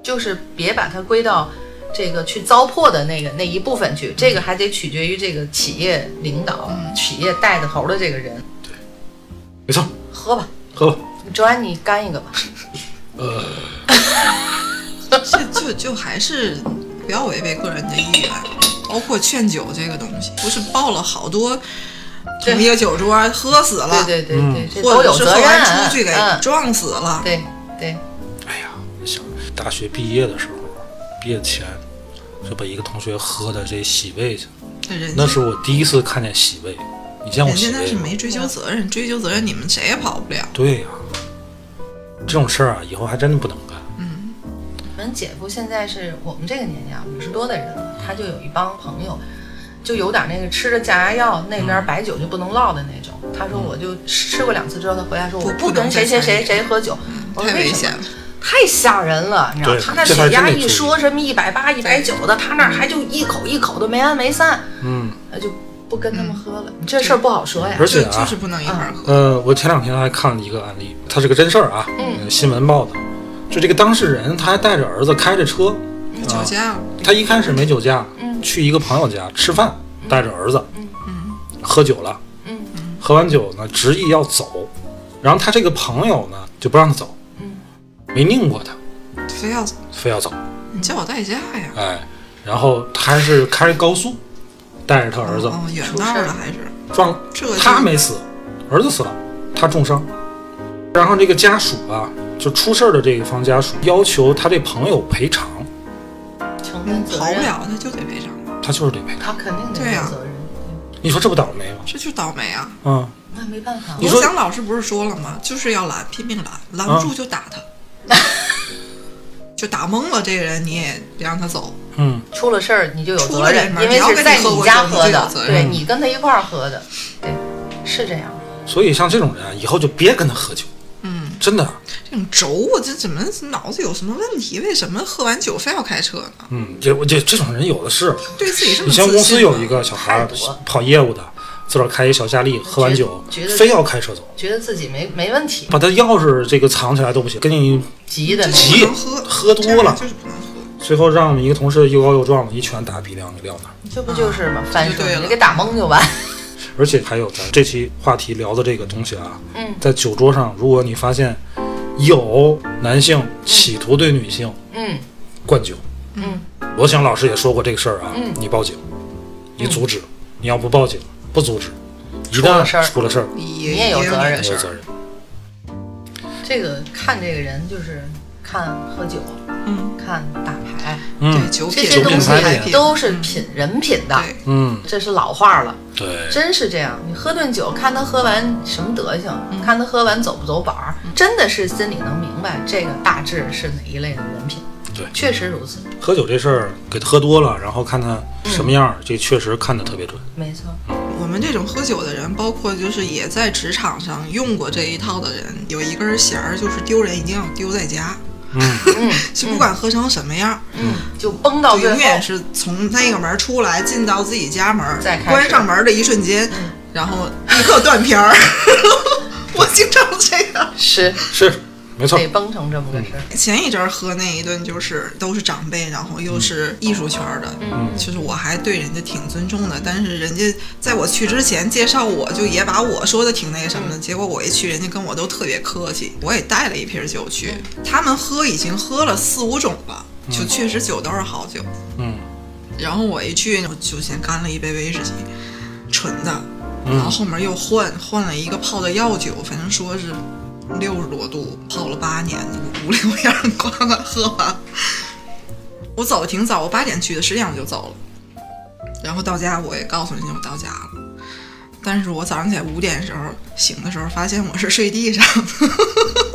S1: 就是别把它归到这个去糟粕的那个那一部分去，这个还得取决于这个企业领导、
S3: 嗯
S1: 企业带的头的这个人。
S2: 没错，
S1: 喝吧，
S2: 喝吧，
S1: 周安，你干一个吧。
S2: 呃，
S3: 这就就还是不要违背个人的意愿，包括劝酒这个东西，不是报了好多
S1: 对
S3: 同一个酒桌喝死了，
S1: 对对对对，这
S3: 或
S1: 都
S3: 者
S1: 有
S3: 是
S1: 责
S3: 后
S1: 任。
S3: 来出去给
S1: 嗯，
S3: 撞死了，
S1: 对对，
S2: 哎呀，我想大学毕业的时候，毕业前就把一个同学喝的这洗胃去了，
S3: 这人家
S2: 那是我第一次看见洗胃，你见过
S3: 人
S2: 洗
S3: 家那
S2: 胃
S3: 是
S2: 吗？
S3: 没追究责任，追究责任你们谁也跑不了。
S2: 对呀、啊这种事儿啊，以后还真的不能干。
S1: 我们姐夫现在是我们这个年纪啊，五十多的人了，他就有一帮朋友，就有点那个吃着降压药那边白酒就不能落的那种。他说我就吃过两次之后，他回来说我
S3: 不
S1: 不
S3: 不能
S1: 跟
S3: 再
S1: 谁谁
S3: 参与嗯
S1: 谁谁喝酒，我说
S3: 太
S1: 哦为
S3: 危
S1: 什
S3: 险
S1: 么
S3: 了，
S1: 太吓人了，你知道
S2: 对
S1: 他那
S2: 这还
S1: 血压
S2: 真得
S1: 一说什么一百八、一百九的，他那儿还就一口一口的没完没散，
S2: 嗯，
S1: 呃就不跟
S3: 嗯
S1: 他们喝了。这事儿不好说呀
S2: 而。
S3: 就
S2: 且啊
S3: 就是不能一块儿喝。
S2: 呃，我前两天还看了一个案例，它是个真事儿啊，
S1: 嗯
S2: 新闻报的。就这个当事人，他还带着儿子开着车，
S3: 你酒驾了，
S2: 他一开始没酒驾，
S1: 嗯
S2: 去一个朋友家吃饭，带着儿子，
S3: 嗯，
S2: 喝酒了，
S1: 嗯
S2: 喝完酒呢，执意要走，然后他这个朋友呢就不让他走，
S1: 嗯
S2: 没拧过他，
S3: 非要
S2: 非要走，
S3: 你叫我代驾呀？
S2: 哎，然后他还是开着高速，带着他儿子
S3: 哦，哦远
S1: 出事
S3: 道
S1: 儿
S3: 了还是
S2: 撞
S3: 这就
S2: 他没死，儿子死了，他重伤。然后这个家属啊，就出事儿的这一方家属要求他这朋友赔偿，
S1: 承担
S3: 嗯
S1: 责
S3: 跑不
S1: 任，
S3: 了，他就得赔偿，
S2: 他就是得赔偿。
S1: 他肯定得
S3: 对呀
S1: 负责任。
S2: 你说这不倒霉吗？
S3: 这就倒霉啊！
S2: 嗯，
S1: 那没办法，
S2: 你
S3: 罗
S2: 说
S3: 翔老师不是说了吗？就是要拦，拼命拦，拦不住就打他， 就打懵了这个人，你也别让他走。
S2: 嗯，
S1: 出了事儿你就有
S3: 出
S1: 责
S3: 了
S1: 任
S3: 这，门
S1: 因为是在你家喝的
S3: 只要跟你喝过酒你就有责，任
S1: 对你跟他一块儿喝的，对，是这样。
S2: 所以像这种人啊，以后就别跟他喝酒，
S3: 嗯，
S2: 真的，
S3: 这种轴，我这怎么脑子有什么问题？为什么喝完酒非要开车呢？
S2: 嗯，这我这这种人有的是。
S3: 对自己这么
S2: 以
S3: 自信
S2: 前
S3: 吗？
S2: 公司有一个小孩儿
S1: 太多了
S2: 跑业务的，自个儿开一小夏利，喝完酒
S1: 觉得
S2: 非要开车走，
S1: 觉得自己没没问题，
S2: 把他钥匙这个藏起来都不行，跟你
S1: 急的
S3: 这
S2: 急
S3: 就不能喝，
S2: 喝多
S3: 这样
S2: 了
S3: 就是不能喝。
S2: 最后让我们一个同事又高又壮的一拳打鼻梁给撂那儿。
S1: 这不就是吗？翻
S3: 啊就对
S1: 身
S3: 了
S1: 你给打懵就完。
S2: 而且还有咱这期话题聊的这个东西啊，
S1: 嗯
S2: 在酒桌上，如果你发现有男性企图对女性
S1: 嗯
S2: 灌酒，
S1: 嗯，
S2: 罗翔老师也说过这个事儿啊，
S1: 嗯
S2: 你报警，你阻止，你要不报警不阻止，一
S1: 出了
S2: 旦
S1: 事儿
S2: 出了事儿，
S3: 也
S1: 你也有
S3: 有
S1: 责任
S3: 你的
S2: 你
S3: 事
S2: 有
S3: 儿
S2: 责任。
S1: 这个看这个人就是看喝酒，
S3: 嗯，
S1: 看打牌，
S3: 对，
S2: 嗯
S3: 酒
S1: 这
S3: 品
S1: 些
S2: 酒
S1: 东
S2: 品
S1: 西
S2: 牌
S1: 还
S2: 品
S3: 嗯
S1: 都是品人品的，
S3: 对，
S2: 嗯，
S1: 这是老话了，
S2: 对，
S1: 真是这样。你喝顿酒，看他喝完什么德行，
S3: 嗯
S1: 看他喝完走不走板儿，真的是心里能明白这个大致是哪一类的人品。
S2: 对
S1: 确实如此，
S2: 喝酒这事儿给他喝多了，然后看他什么样
S1: 嗯
S2: 儿，这确实看得特别准。
S1: 没错。
S3: 我们这种喝酒的人，包括就是也在职场上用过这一套的人，有一根弦儿，就是丢人一定要丢在家，
S2: 嗯，
S1: 嗯
S3: 就不管喝成什么样，
S1: 嗯，就崩到
S3: 就
S1: 最
S3: 永远
S1: 后，
S3: 是从那个门出来，进到自己家门
S1: 再开，始
S3: 关上门的一瞬间，
S1: 嗯
S3: 然后立刻断片儿。我经常这样，
S1: 是
S2: 是没错
S1: 被崩成这么个事儿。
S3: 前一阵儿喝那一顿就是都是长辈，然后又是艺术圈儿的，
S2: 嗯
S3: 就是我还对人家挺尊重的，但是人家在我去之前介绍我就也把我说的挺那个什么的，结果我一去，人家跟我都特别客气，我也带了一瓶酒去，他们喝已经喝了四五种了，
S1: 嗯
S3: 就确实酒都是好酒，
S2: 嗯
S3: 然后我一去我就先干了一杯威士忌，纯的，
S2: 嗯
S3: 然后后面又换换了一个泡的药酒，反正说是六十多度泡了八年，五六样呱呱喝完。我走的挺早，我八点去的，十点我就走了。然后到家我也告诉人家我到家了，但是我早上起来五点时候醒的时候，发现我是睡地上的，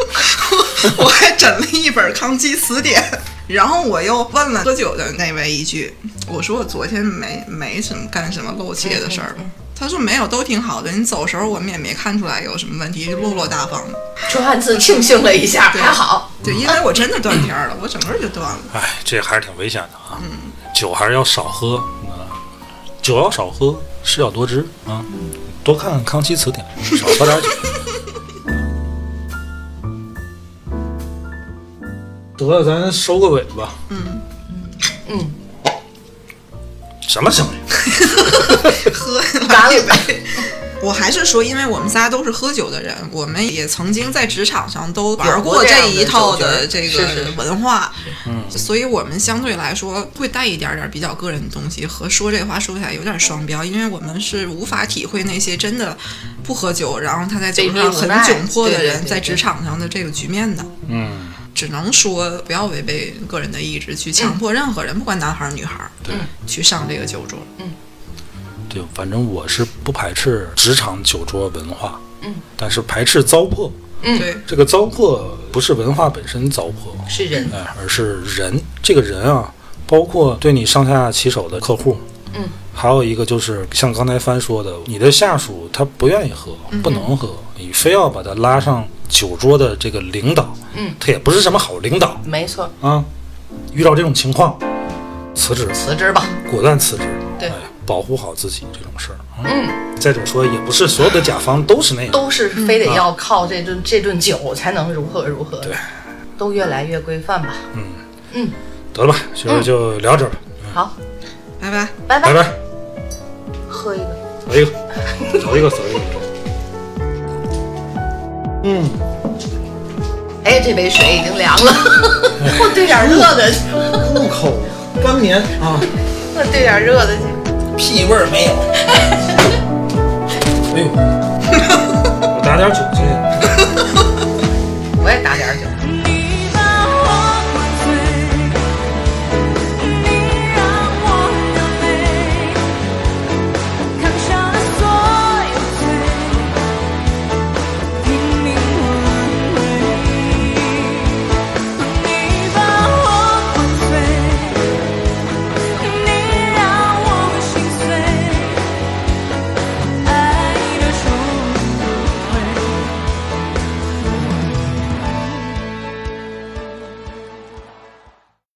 S3: 我还枕了一本《康熙词典》，然后我又问了喝酒的那位一句，我说我昨天没没什么干什么露怯的事儿吗？他说没有，都挺好的。你走的时候我们也没看出来有什么问题，落落大方的。
S1: 朱汉字庆幸了一下，
S3: 对
S1: 还好。
S3: 对，因为我真的断片儿了，我整个就断了。
S2: 哎，这还是挺危险的啊。酒还是要少喝啊，酒要少喝，事要多知啊，多看看《康熙词典》，少喝点酒。得，咱收个尾吧。
S3: 嗯
S1: 嗯，
S2: 什么行为？
S3: 喝
S1: 完
S3: 了一
S1: 了
S3: 杯。我还是说，因为我们仨都是喝酒的人，我们也曾经在职场上都玩
S1: 有过这样
S3: 这
S1: 的
S3: 一套的
S1: 酒局
S3: 这
S1: 儿
S3: 个
S1: 是是
S3: 文化，
S2: 嗯
S3: 所以我们相对来说会带一点点比较个人的东西，和说这话说起来有点双标，因为我们是无法体会那些真的不喝酒，然后他在酒
S1: 被逼
S3: 上
S1: 无
S3: 很
S1: 奈
S3: 窘迫的
S1: 对对
S3: 人
S1: 对
S3: 在
S1: 对
S3: 职场上的这个局面的。
S2: 嗯，
S3: 只能说不要违背个人的意志，去
S1: 嗯
S3: 强迫任何人，不管男孩儿女孩儿，
S2: 对
S3: 去上这个酒桌。
S2: 对，反正我是不排斥职场酒桌文化，
S1: 嗯，
S2: 但是排斥糟粕。
S1: 嗯
S3: 对，
S2: 这个糟粕不是文化本身糟粕，
S1: 是人。
S2: 哎，而是人这个人啊，包括对你上下其手的客户，
S1: 嗯，
S2: 还有一个就是像刚才帆说的，你的下属他不愿意喝，
S1: 嗯
S2: 不能喝，你非要把他拉上酒桌的这个领导，
S1: 嗯，
S2: 他也不是什么好领导
S1: 没错，
S2: 啊。遇到这种情况，辞职，
S1: 辞职吧。
S2: 果断辞职，
S1: 对
S2: 哎，保护好自己这种事儿。啊
S1: 嗯，
S2: 再者说，也不是所有的甲方都是那样，
S1: 都是非
S3: 嗯
S1: 得要靠这顿、这顿酒才能如何如何。
S2: 对，
S1: 都越来越规范吧。
S2: 得了吧，今儿就聊这儿吧，
S1: 好，
S3: 拜拜。
S1: 嗯拜
S2: 拜
S1: 拜。
S2: 拜，
S1: 喝一个。
S2: 走一个，走一个，走一个。嗯。
S1: 哎，这杯水已经凉了， 我兑点热的去，
S2: 入口干绵啊，
S1: 我兑点热的去。
S2: 屁味儿没有。哎呦，我打点酒进去。